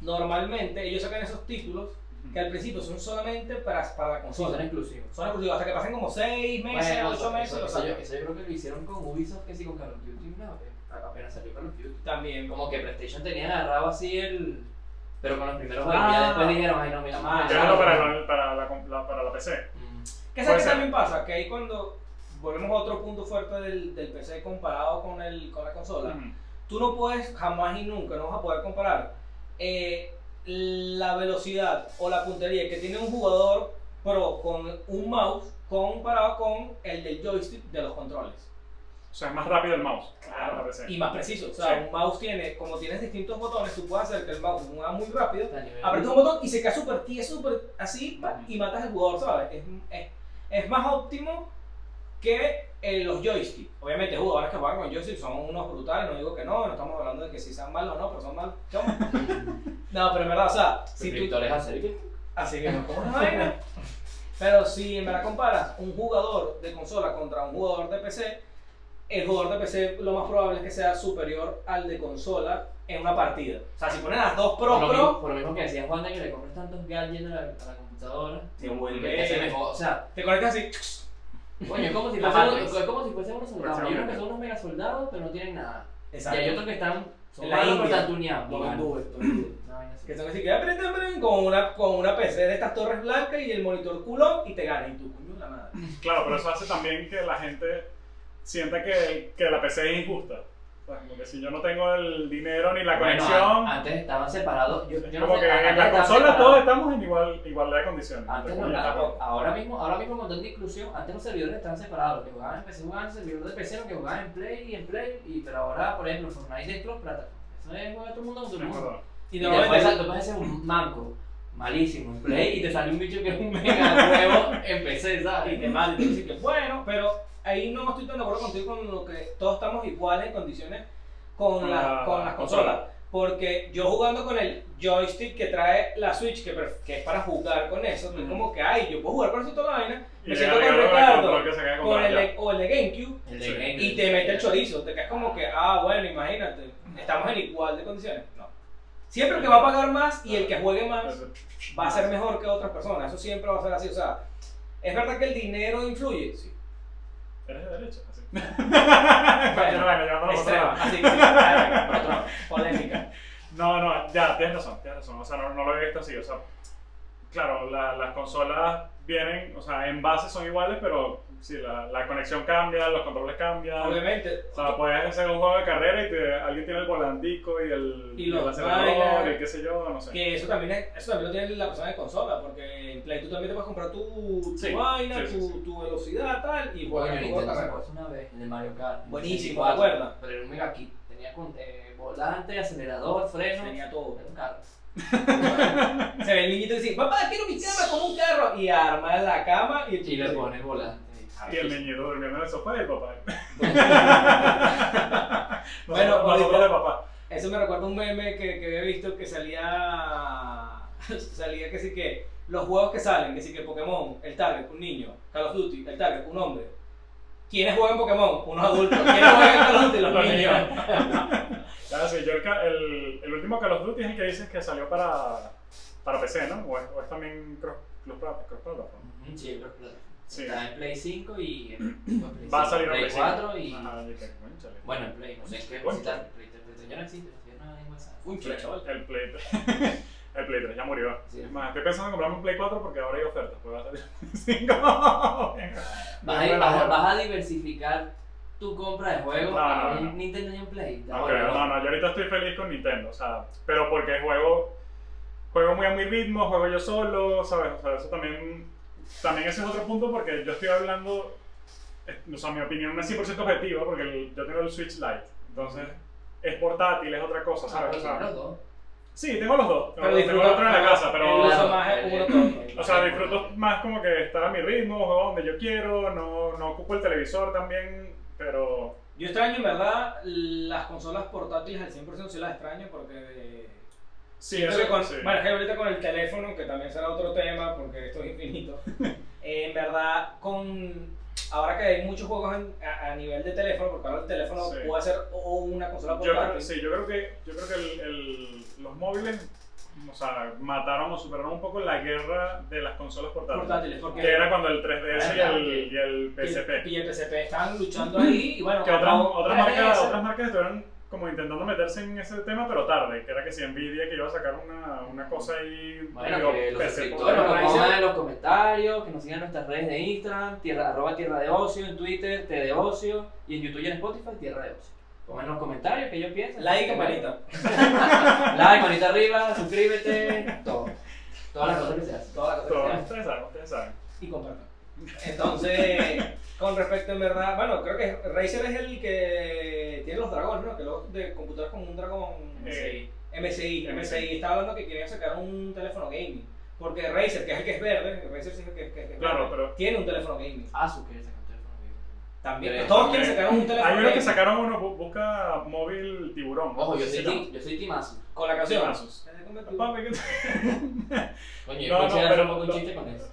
Speaker 4: normalmente ellos sacan esos títulos que al principio son solamente para, para la
Speaker 1: Sí,
Speaker 4: consola.
Speaker 1: son exclusivos.
Speaker 4: Son exclusivos hasta que pasen como 6 meses, 8 meses,
Speaker 1: eso,
Speaker 4: lo
Speaker 1: yo,
Speaker 4: sacan.
Speaker 1: eso yo creo que lo hicieron con Ubisoft, que sí, con Call of Duty, no, que apenas salió Call of Duty.
Speaker 4: También.
Speaker 1: Como que PlayStation tenía agarrado así el... Pero con los primeros
Speaker 3: Ah.
Speaker 1: juegos, ya después dijeron, ay no, Mm. mira,
Speaker 4: Ah,
Speaker 1: vamos a
Speaker 3: Déjalo
Speaker 1: hacerlo".
Speaker 3: para, la- para, la, com- la- para la PC.
Speaker 1: Mm.
Speaker 4: ¿Qué
Speaker 3: Puede
Speaker 4: sabes que
Speaker 3: ser.
Speaker 4: también pasa? Que ahí cuando volvemos a otro punto fuerte del, del PC comparado con, el, con la consola,
Speaker 3: Ujú.
Speaker 4: tú no puedes jamás y nunca, no vas a poder comparar eh, la velocidad o la puntería que tiene un jugador pro con un mouse comparado con el del joystick de los controles.
Speaker 3: O sea, es más rápido el mouse. para la PC.
Speaker 4: Y más preciso. O sea,
Speaker 3: Sí.
Speaker 4: un mouse tiene, como tienes distintos botones, tú puedes hacer que el mouse mueva muy rápido,
Speaker 1: Está a nivel-
Speaker 4: aprietas un botón y se cae súper tieso, súper así, pa,
Speaker 1: Ujú.
Speaker 4: y matas al jugador, ¿sabes? Es, es- es más óptimo que eh, los joysticks. Obviamente, jugadores que juegan con joystick son unos brutales, no digo que no, no estamos hablando de que si sean malos o no, pero son malos. chamo. No, pero en verdad, o sea, si tú
Speaker 1: Suscriptores a Sergio.
Speaker 4: Así que no como una vaina. Pero si me la comparas un jugador de consola contra un jugador de PC, el jugador de PC lo más probable es que sea superior al de consola en una partida. O sea, si ponen las dos pro
Speaker 1: por, lo
Speaker 4: pro,
Speaker 1: mismo, por lo mismo que decía Juan de que le compras tantos gadgets a la, a la computadora.
Speaker 4: te
Speaker 1: que se
Speaker 4: vuelve.
Speaker 1: mejor, o sea,
Speaker 4: Te conectas así.
Speaker 1: coño, es como si
Speaker 4: La
Speaker 1: fuesen
Speaker 4: Matrix.
Speaker 1: es como si fuesen unos soldados.
Speaker 3: Parece
Speaker 1: Hay unos
Speaker 3: una
Speaker 1: que son unos mega soldados, pero no tienen nada. Y hay
Speaker 4: Exacto.
Speaker 1: otros que están. Son
Speaker 4: En la
Speaker 1: malos, pero
Speaker 4: India.
Speaker 1: están tuneados.
Speaker 4: Los
Speaker 1: Bueno,
Speaker 4: hindúes, los hindúes.
Speaker 1: una vaina así.
Speaker 4: Que son así que aprenden, aprenden, con una, con una PC de estas torres blancas y el monitor culón y te ganan. Y tú, coño, la madre.
Speaker 3: Claro, pero eso hace también que la gente sienta que, que la PC es injusta. O sea, como que si yo no tengo el dinero ni la
Speaker 1: Bueno,
Speaker 3: conexión,
Speaker 1: a- antes estaban separados. Yo,
Speaker 3: es
Speaker 1: yo no
Speaker 3: como
Speaker 1: sé,
Speaker 3: que
Speaker 1: a-
Speaker 3: en
Speaker 1: antes
Speaker 3: la
Speaker 1: estaban
Speaker 3: consola
Speaker 1: separados.
Speaker 3: todos estamos en igual, igualdad de condiciones.
Speaker 1: Antes no,
Speaker 3: Entonces, ya
Speaker 1: claro,
Speaker 3: está.
Speaker 1: ahora mismo, ahora mismo con tanta inclusión, antes los servidores estaban separados, los que jugaban en PC jugaban en servidor de PC, los que jugaban en Play y en Play, y pero ahora, por ejemplo, Fortnite es cross plata. Eso es jugar todo el mundo con todo el
Speaker 3: No,
Speaker 1: mundo.
Speaker 3: no.
Speaker 4: Y
Speaker 1: Y después
Speaker 4: normalmente.
Speaker 1: tú puedes hacer un manco, malísimo en Play, y te sale un bicho que es un mega nuevo en PC,
Speaker 4: y
Speaker 1: ¿sabes?
Speaker 4: demás, y te dicen que bueno, pero ahí no estoy tan de acuerdo contigo con lo que todos estamos iguales en condiciones con,
Speaker 3: Con
Speaker 4: la-
Speaker 3: la
Speaker 4: con las
Speaker 3: Ah, consola.
Speaker 4: consolas. Porque yo jugando con el joystick que trae la Switch, que, per- que es para jugar con eso, es
Speaker 3: Ujú.
Speaker 4: como que, ay, yo puedo jugar con eso y toda la vaina,
Speaker 3: Y
Speaker 4: me
Speaker 3: le
Speaker 4: siento con
Speaker 3: regalaron el
Speaker 4: Ricardo,
Speaker 3: control que se acaba de
Speaker 4: con
Speaker 3: comprar
Speaker 4: el
Speaker 3: ya.
Speaker 4: de- o el de GameCube,
Speaker 1: El
Speaker 3: Sí.
Speaker 1: Game
Speaker 4: y te mete el chorizo, te quedas como que, ah, bueno, imagínate, estamos en igual de condiciones. No. Siempre el que va a pagar más y el que juegue más
Speaker 3: Entonces,
Speaker 4: va a ser mejor que otras personas. Eso siempre va a ser así. O sea, ¿es verdad que el dinero influye? Sí.
Speaker 3: Eres de derecha, así.
Speaker 4: Bueno,
Speaker 3: Bueno, bueno, ya no lo
Speaker 4: Extrema.
Speaker 3: controlaba.
Speaker 4: Así, sí, claro, por otro, polémica.
Speaker 3: No, no, ya, tienes razón, tienes razón. O sea, no, no lo he visto así. O sea, claro, la- las consolas vienen, o sea, en base son iguales, pero sí, la, la conexión cambia, los controles cambian.
Speaker 4: Obviamente.
Speaker 3: O sea, puedes hacer un juego de carrera y te, alguien tiene el volantico y el,
Speaker 4: Y los
Speaker 3: el acelerador
Speaker 4: bailas.
Speaker 3: y qué sé yo, no sé.
Speaker 4: Que eso también, es- eso también lo tiene la persona de consola, porque en Play tú también te puedes comprar tu, tu
Speaker 3: Sí,
Speaker 4: vaina,
Speaker 3: sí, sí,
Speaker 4: tu,
Speaker 3: sí.
Speaker 4: tu velocidad, tal, y jugar
Speaker 1: Coño,
Speaker 4: tu
Speaker 1: Nintendo
Speaker 4: carrera.
Speaker 1: sacó eso una vez en el Mario Kart.
Speaker 4: Buenísimo,
Speaker 1: 64,
Speaker 4: ¿te acuerdas?
Speaker 1: Pero era un mega kit. Tenía con, eh, volante, acelerador, freno.
Speaker 4: Tenía todo.
Speaker 1: Era un carro.
Speaker 4: Se ve el niñito y dice, papá, quiero mi cama como un carro. Y arma la cama y
Speaker 1: Y le pone el volante.
Speaker 3: Y el niñito durmiendo en el sofá y el papá.
Speaker 4: Bueno,
Speaker 3: Nosotros- nosotros
Speaker 4: ahorita-
Speaker 3: de papá.
Speaker 4: Eso me recuerda un meme que, que había visto que salía. salía que sí que. Los juegos que salen, que sí que Pokémon, el target, un niño. Call of Duty, el target, un hombre. ¿Quiénes juegan Pokémon? Unos adultos. ¿Quiénes juegan Call of Duty? Los niños.
Speaker 3: Claro, sí, yo el, ca- el, el último Call of Duty es el que dices que salió para, para PC, ¿no? O es, o es también cross, cross, plat- cross platform.
Speaker 1: Ujú, Sí, yo creo que
Speaker 3: Sí.
Speaker 1: Está en Play 5 y en
Speaker 3: Va a salir en
Speaker 1: Play
Speaker 3: Play
Speaker 1: 4 y.
Speaker 3: Ajá, yo que, cónchale.
Speaker 1: Bueno, en Play, no sé qué
Speaker 3: Bueno.
Speaker 1: visitar. Play 3, Play 3 ya no existe, ya no hay WhatsApp.
Speaker 4: Un
Speaker 3: Play-
Speaker 4: chaval.
Speaker 3: El Play 3. El Play 3 ya murió.
Speaker 1: Sí.
Speaker 3: Es más, estoy pensando en comprarme un Play 4 porque ahora hay ofertas. Pues va a salir el 5.
Speaker 1: Vas a, vas a- vas a diversificar tu compra de juegos
Speaker 3: No,
Speaker 1: a
Speaker 3: no,
Speaker 1: un
Speaker 3: no.
Speaker 1: Nintendo y un Play. Está
Speaker 3: No,
Speaker 1: bueno,
Speaker 3: creo, no, no, yo ahorita estoy feliz con Nintendo, o sea, pero porque juego, juego muy a mi ritmo, juego yo solo, ¿sabes? O sea, eso también, también ese es otro punto porque yo estoy hablando, eh, o sea, mi opinión no es 100% objetiva porque el- yo tengo el Switch Lite, entonces es portátil, es otra cosa,
Speaker 1: Ah,
Speaker 3: ¿sabes?
Speaker 1: pues,
Speaker 3: O sea,
Speaker 1: los dos.
Speaker 3: sí, tengo los dos, tengo,
Speaker 4: Pero
Speaker 3: tengo el otro en la casa, pero...
Speaker 4: El
Speaker 1: Claro.
Speaker 4: uso más es uno todo.
Speaker 3: O sea, disfruto más como que estar a mi ritmo, juego donde yo quiero, no, no ocupo el televisor también, pero...
Speaker 4: Yo extraño, en verdad, las consolas portátiles al 100% sí las extraño porque.
Speaker 3: Sí,
Speaker 4: Siento que
Speaker 3: eso,
Speaker 4: con,
Speaker 3: sí.
Speaker 4: Bueno, es que ahorita con el teléfono, que también será otro tema, porque esto es infinito. eh, en verdad, con ahora que hay muchos juegos en- a, a nivel de teléfono, porque ahora el teléfono
Speaker 3: Sí.
Speaker 4: puede ser o una consola
Speaker 3: Yo
Speaker 4: portátil.
Speaker 3: creo, sí, yo creo que, yo creo que el- el- los móviles o sea, mataron o superaron un poco la guerra de las consolas portátiles.
Speaker 4: portátiles, porque
Speaker 3: Que era cuando el 3DS y
Speaker 1: Ah,
Speaker 3: el, y el
Speaker 4: y el-
Speaker 3: PSP.
Speaker 4: Y el PSP estaban luchando ahí, y bueno,
Speaker 3: Que otras,
Speaker 4: como-
Speaker 3: otras,
Speaker 4: ah,
Speaker 3: marcas,
Speaker 4: esa.
Speaker 3: otras marcas estuvieron como intentando meterse en ese tema, pero tarde. Que era que si Nvidia que iba a sacar una, una cosa ahí.
Speaker 1: Bueno,
Speaker 3: digo, pues,
Speaker 1: que los
Speaker 3: PC
Speaker 1: suscriptores nos
Speaker 3: portátil.
Speaker 4: Razer.
Speaker 1: pongan en los comentarios, que nos sigan en nuestras redes de Instagram, tierra, arroba Tierra de Ocio, en Twitter, T de Ocio, y en YouTube y en Spotify, Tierra de Ocio. Pongan en los comentarios que ellos piensan.
Speaker 4: Like y campanita.
Speaker 1: Like, manita arriba, suscríbete, todo. Todas las cosas que se hacen.
Speaker 4: Todas las cosas que
Speaker 3: Todo,
Speaker 4: sean.
Speaker 3: Ustedes saben, ustedes saben.
Speaker 4: y compartan. Entonces, con respecto en verdad, bueno, creo que Razer es el que tiene los dragones, ¿no? Que los de computadoras como un dragón.
Speaker 3: Eh,
Speaker 4: MSI, MSI estaba hablando que querían sacar un teléfono gaming. Porque Razer, que es el que es verde, Razer sí es el que, que- que es verde,
Speaker 3: Claro, pero-
Speaker 4: tiene un teléfono gaming.
Speaker 1: Ah, suscríbete con teléfono. amigo.
Speaker 4: También.
Speaker 1: Pero-
Speaker 4: Todos quieren sacar un teléfono
Speaker 3: Hay uno que
Speaker 4: gaming.
Speaker 3: sacaron uno, bu- busca móvil tiburón. ¿no?
Speaker 1: Ojo, yo
Speaker 3: Sí,
Speaker 1: soy,
Speaker 3: no.
Speaker 1: team, yo soy team Asus.
Speaker 4: Con la canción.
Speaker 3: Asus. Papi, ¿qué-
Speaker 1: Coño,
Speaker 3: No,
Speaker 1: yo no,
Speaker 3: no,
Speaker 1: hacer
Speaker 3: pero
Speaker 1: un poco un
Speaker 3: lo-
Speaker 1: chiste con eso.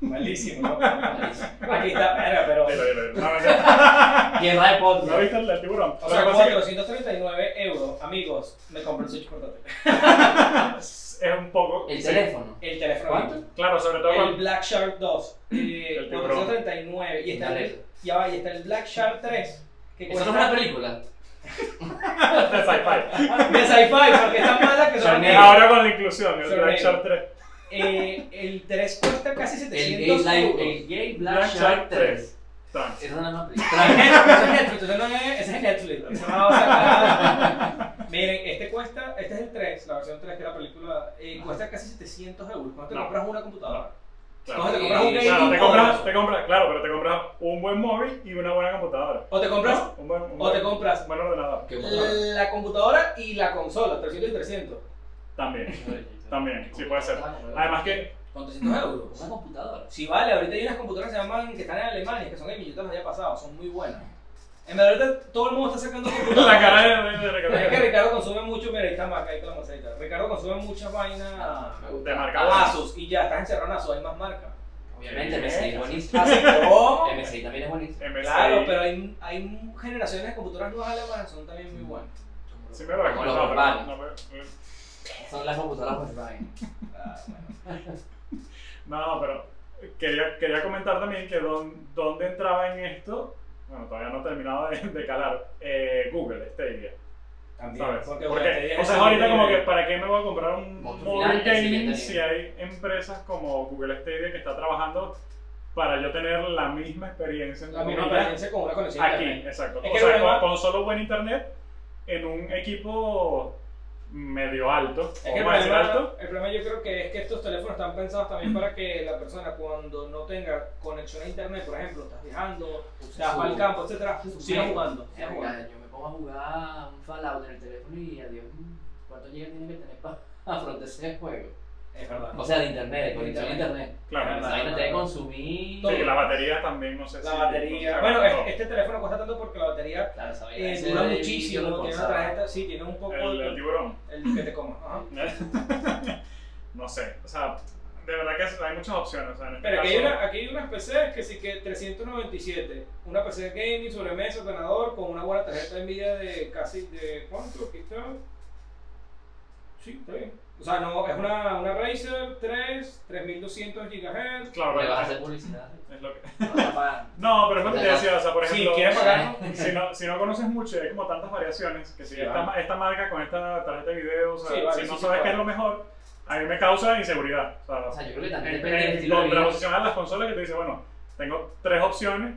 Speaker 4: Malísimo. ¿no? Aquí está, verga, pero.
Speaker 3: Ahí lo vi, ahí lo vi. No, no, no.
Speaker 1: Tierra de
Speaker 3: ¿No
Speaker 1: podcast.
Speaker 3: viste el del tiburón?
Speaker 4: O
Speaker 3: Lo que
Speaker 4: sea,
Speaker 3: pasa es que
Speaker 4: 439 euros, amigos, me compré el Switch portátil.
Speaker 3: es un poco.
Speaker 1: El
Speaker 3: sí.
Speaker 1: teléfono.
Speaker 4: El teléfono.
Speaker 1: ¿Cuánto?
Speaker 4: gaming.
Speaker 3: Claro, sobre todo
Speaker 4: El
Speaker 3: cuando.
Speaker 4: Black Shark 2, eh,
Speaker 3: El tiburón.
Speaker 4: 439. Y está, el,
Speaker 1: Vale.
Speaker 4: ya va, y está el Black Shark 3. Que
Speaker 1: Eso no es
Speaker 4: cuesta
Speaker 1: una película.
Speaker 3: de sci-fi.
Speaker 4: de sci-fi, porque está mala que son
Speaker 1: Son negros.
Speaker 3: Ahora con la inclusión, el
Speaker 4: Sobre-
Speaker 3: Black Shark 3.
Speaker 4: Eh, el 3 cuesta casi
Speaker 1: El
Speaker 4: 700
Speaker 1: gay,
Speaker 4: euros.
Speaker 1: el gay Black,
Speaker 3: Black
Speaker 1: Shark,
Speaker 3: Shark
Speaker 1: 3.
Speaker 3: Tan.
Speaker 1: Eso no es una
Speaker 4: Ese
Speaker 1: película.
Speaker 4: es Netflix, ese no es- ese es Netflix. ese no va a sacar. Miren, este cuesta, este es el 3, la versión 3 que la película eh, cuesta casi 700 euros. ¿Cuánto te
Speaker 3: No.
Speaker 4: compras una computadora?
Speaker 3: Claro.
Speaker 4: Coge, te compras un
Speaker 1: Sí,
Speaker 3: Claro,
Speaker 4: gaming
Speaker 3: te
Speaker 4: o-
Speaker 3: compras, te compras, claro, pero te compras un buen móvil y una buena computadora.
Speaker 4: o te compras,
Speaker 3: Un buen, un
Speaker 4: o te
Speaker 3: buen-
Speaker 4: compras Eh.
Speaker 3: un buen ordenador.
Speaker 1: Qué bueno.
Speaker 4: la computadora y la consola, 300 y 300.
Speaker 3: También. También, sí, puede ser. Además que.
Speaker 4: Con 300 euros.
Speaker 1: Una computadora.
Speaker 4: Si vale, ahorita hay unas computadoras que, se llaman, que están en Alemania, que son de millones de pasado, son muy buenas. En verdad, ahorita todo el mundo está sacando computadoras.
Speaker 3: La cara de, de, de, de-
Speaker 4: Es que Ricardo consume mucho, mira, ahí está marca, ahí está la maceta. Ricardo consume muchas vainas
Speaker 1: Me gusta.
Speaker 3: Ah, de marca.
Speaker 4: a Asus y ya, estás encerrado en Asus, hay más marcas.
Speaker 1: Obviamente,
Speaker 3: Sí.
Speaker 1: MSI es buenísimo. Ah,
Speaker 4: ¿Cómo?
Speaker 1: MSI también es buenísimo.
Speaker 3: MSI.
Speaker 4: Claro, pero hay, hay generaciones de computadoras nuevas alemanas que son también muy buenas.
Speaker 3: Sí, me lo
Speaker 1: Como los
Speaker 3: recomiendo, pero
Speaker 1: Volkswagen.
Speaker 3: no me-
Speaker 1: Son las computadoras Volkswagen.
Speaker 4: Ah, bueno.
Speaker 3: No, pero quería, quería comentar también que don- dónde entraba en esto. Bueno, todavía no he terminado de, de calar. Eh, Google, este día.
Speaker 4: También,
Speaker 3: ¿Sabes?
Speaker 4: porque,
Speaker 3: Porque,
Speaker 4: bueno, te diría
Speaker 3: o sea,
Speaker 4: eso,
Speaker 3: ahorita como que pues,
Speaker 4: eh,
Speaker 3: para qué me voy a comprar un
Speaker 1: Monstruo
Speaker 3: móvil
Speaker 1: final, el siguiente
Speaker 3: gaming
Speaker 1: nivel.
Speaker 3: si hay empresas como Google Stadia que está trabajando para yo tener la misma experiencia en
Speaker 4: La misma
Speaker 3: tecnología
Speaker 4: experiencia con una conexión a
Speaker 3: aquí, eh,
Speaker 4: internet.
Speaker 3: exacto.
Speaker 4: Es
Speaker 3: o
Speaker 4: que
Speaker 3: sea,
Speaker 4: luego-
Speaker 3: con, con solo buen internet en un equipo medio alto,
Speaker 4: Es que el
Speaker 3: vamos a decir
Speaker 4: problema,
Speaker 3: alto,
Speaker 4: el problema yo creo que es que estos teléfonos están pensados también para que la persona cuando no tenga conexión a internet, por ejemplo, estás viajando, estás al campo, etcétera,
Speaker 1: su-
Speaker 4: siga jugando, siga jugando.
Speaker 1: Verga, Yo me pongo a jugar un Fallout en el teléfono y adiós. mm, ¿Cuántos gigas tienes que tener para afrontar ese juego?
Speaker 4: Es verdad.
Speaker 1: O sea, de internet, de conexión a
Speaker 4: Internet.
Speaker 1: internet.
Speaker 3: claro.
Speaker 4: Claro.
Speaker 1: Esa vaina te debe consumir.
Speaker 3: Sí, la batería también, no sé
Speaker 4: La
Speaker 3: si...
Speaker 4: batería. Bueno, es- este teléfono cuesta tanto porque la batería
Speaker 1: Claro, esa vaina
Speaker 4: eh,
Speaker 1: es
Speaker 4: dura
Speaker 1: de-
Speaker 4: muchísimo.
Speaker 1: de-
Speaker 4: Tiene una tarjeta, sí, tiene un poco
Speaker 3: el, el
Speaker 4: el,
Speaker 3: tiburón.
Speaker 4: el que te coma. Ajá.
Speaker 3: no sé, o sea, de verdad que hay muchas opciones. O sea, en este
Speaker 4: Pero aquí hay,
Speaker 3: caso-
Speaker 4: una, aquí hay unas PCs que sí que 397. Una PC gaming, sobremesa, ordenador, con una buena tarjeta de Nvidia de casi de cuánto aquí está. Sí, está bien. O sea, no, es una, una Razer 3, 3200 GHz.
Speaker 3: Claro,
Speaker 1: Le vas
Speaker 3: pero
Speaker 1: a hacer publicidad.
Speaker 3: es lo que-
Speaker 1: No vas a pagar.
Speaker 3: No, pero es lo que te decía, o sea, por
Speaker 4: Si
Speaker 3: ejemplo,
Speaker 4: quieres pagarlo,
Speaker 3: si, no, si no conoces mucho, hay como tantas variaciones, que si
Speaker 4: Sí,
Speaker 3: esta,
Speaker 4: vale.
Speaker 3: ma- esta marca con esta tarjeta de video, o sea,
Speaker 4: Sí, vale,
Speaker 3: si no
Speaker 4: sí, sí,
Speaker 3: sabes qué
Speaker 4: vale.
Speaker 3: es lo mejor, a mí me causa inseguridad. O sea,
Speaker 1: O sea, yo creo que también
Speaker 3: en,
Speaker 1: depende del
Speaker 3: en
Speaker 1: estilo de vida.
Speaker 3: contraposición a las consolas que te dice, bueno, tengo tres opciones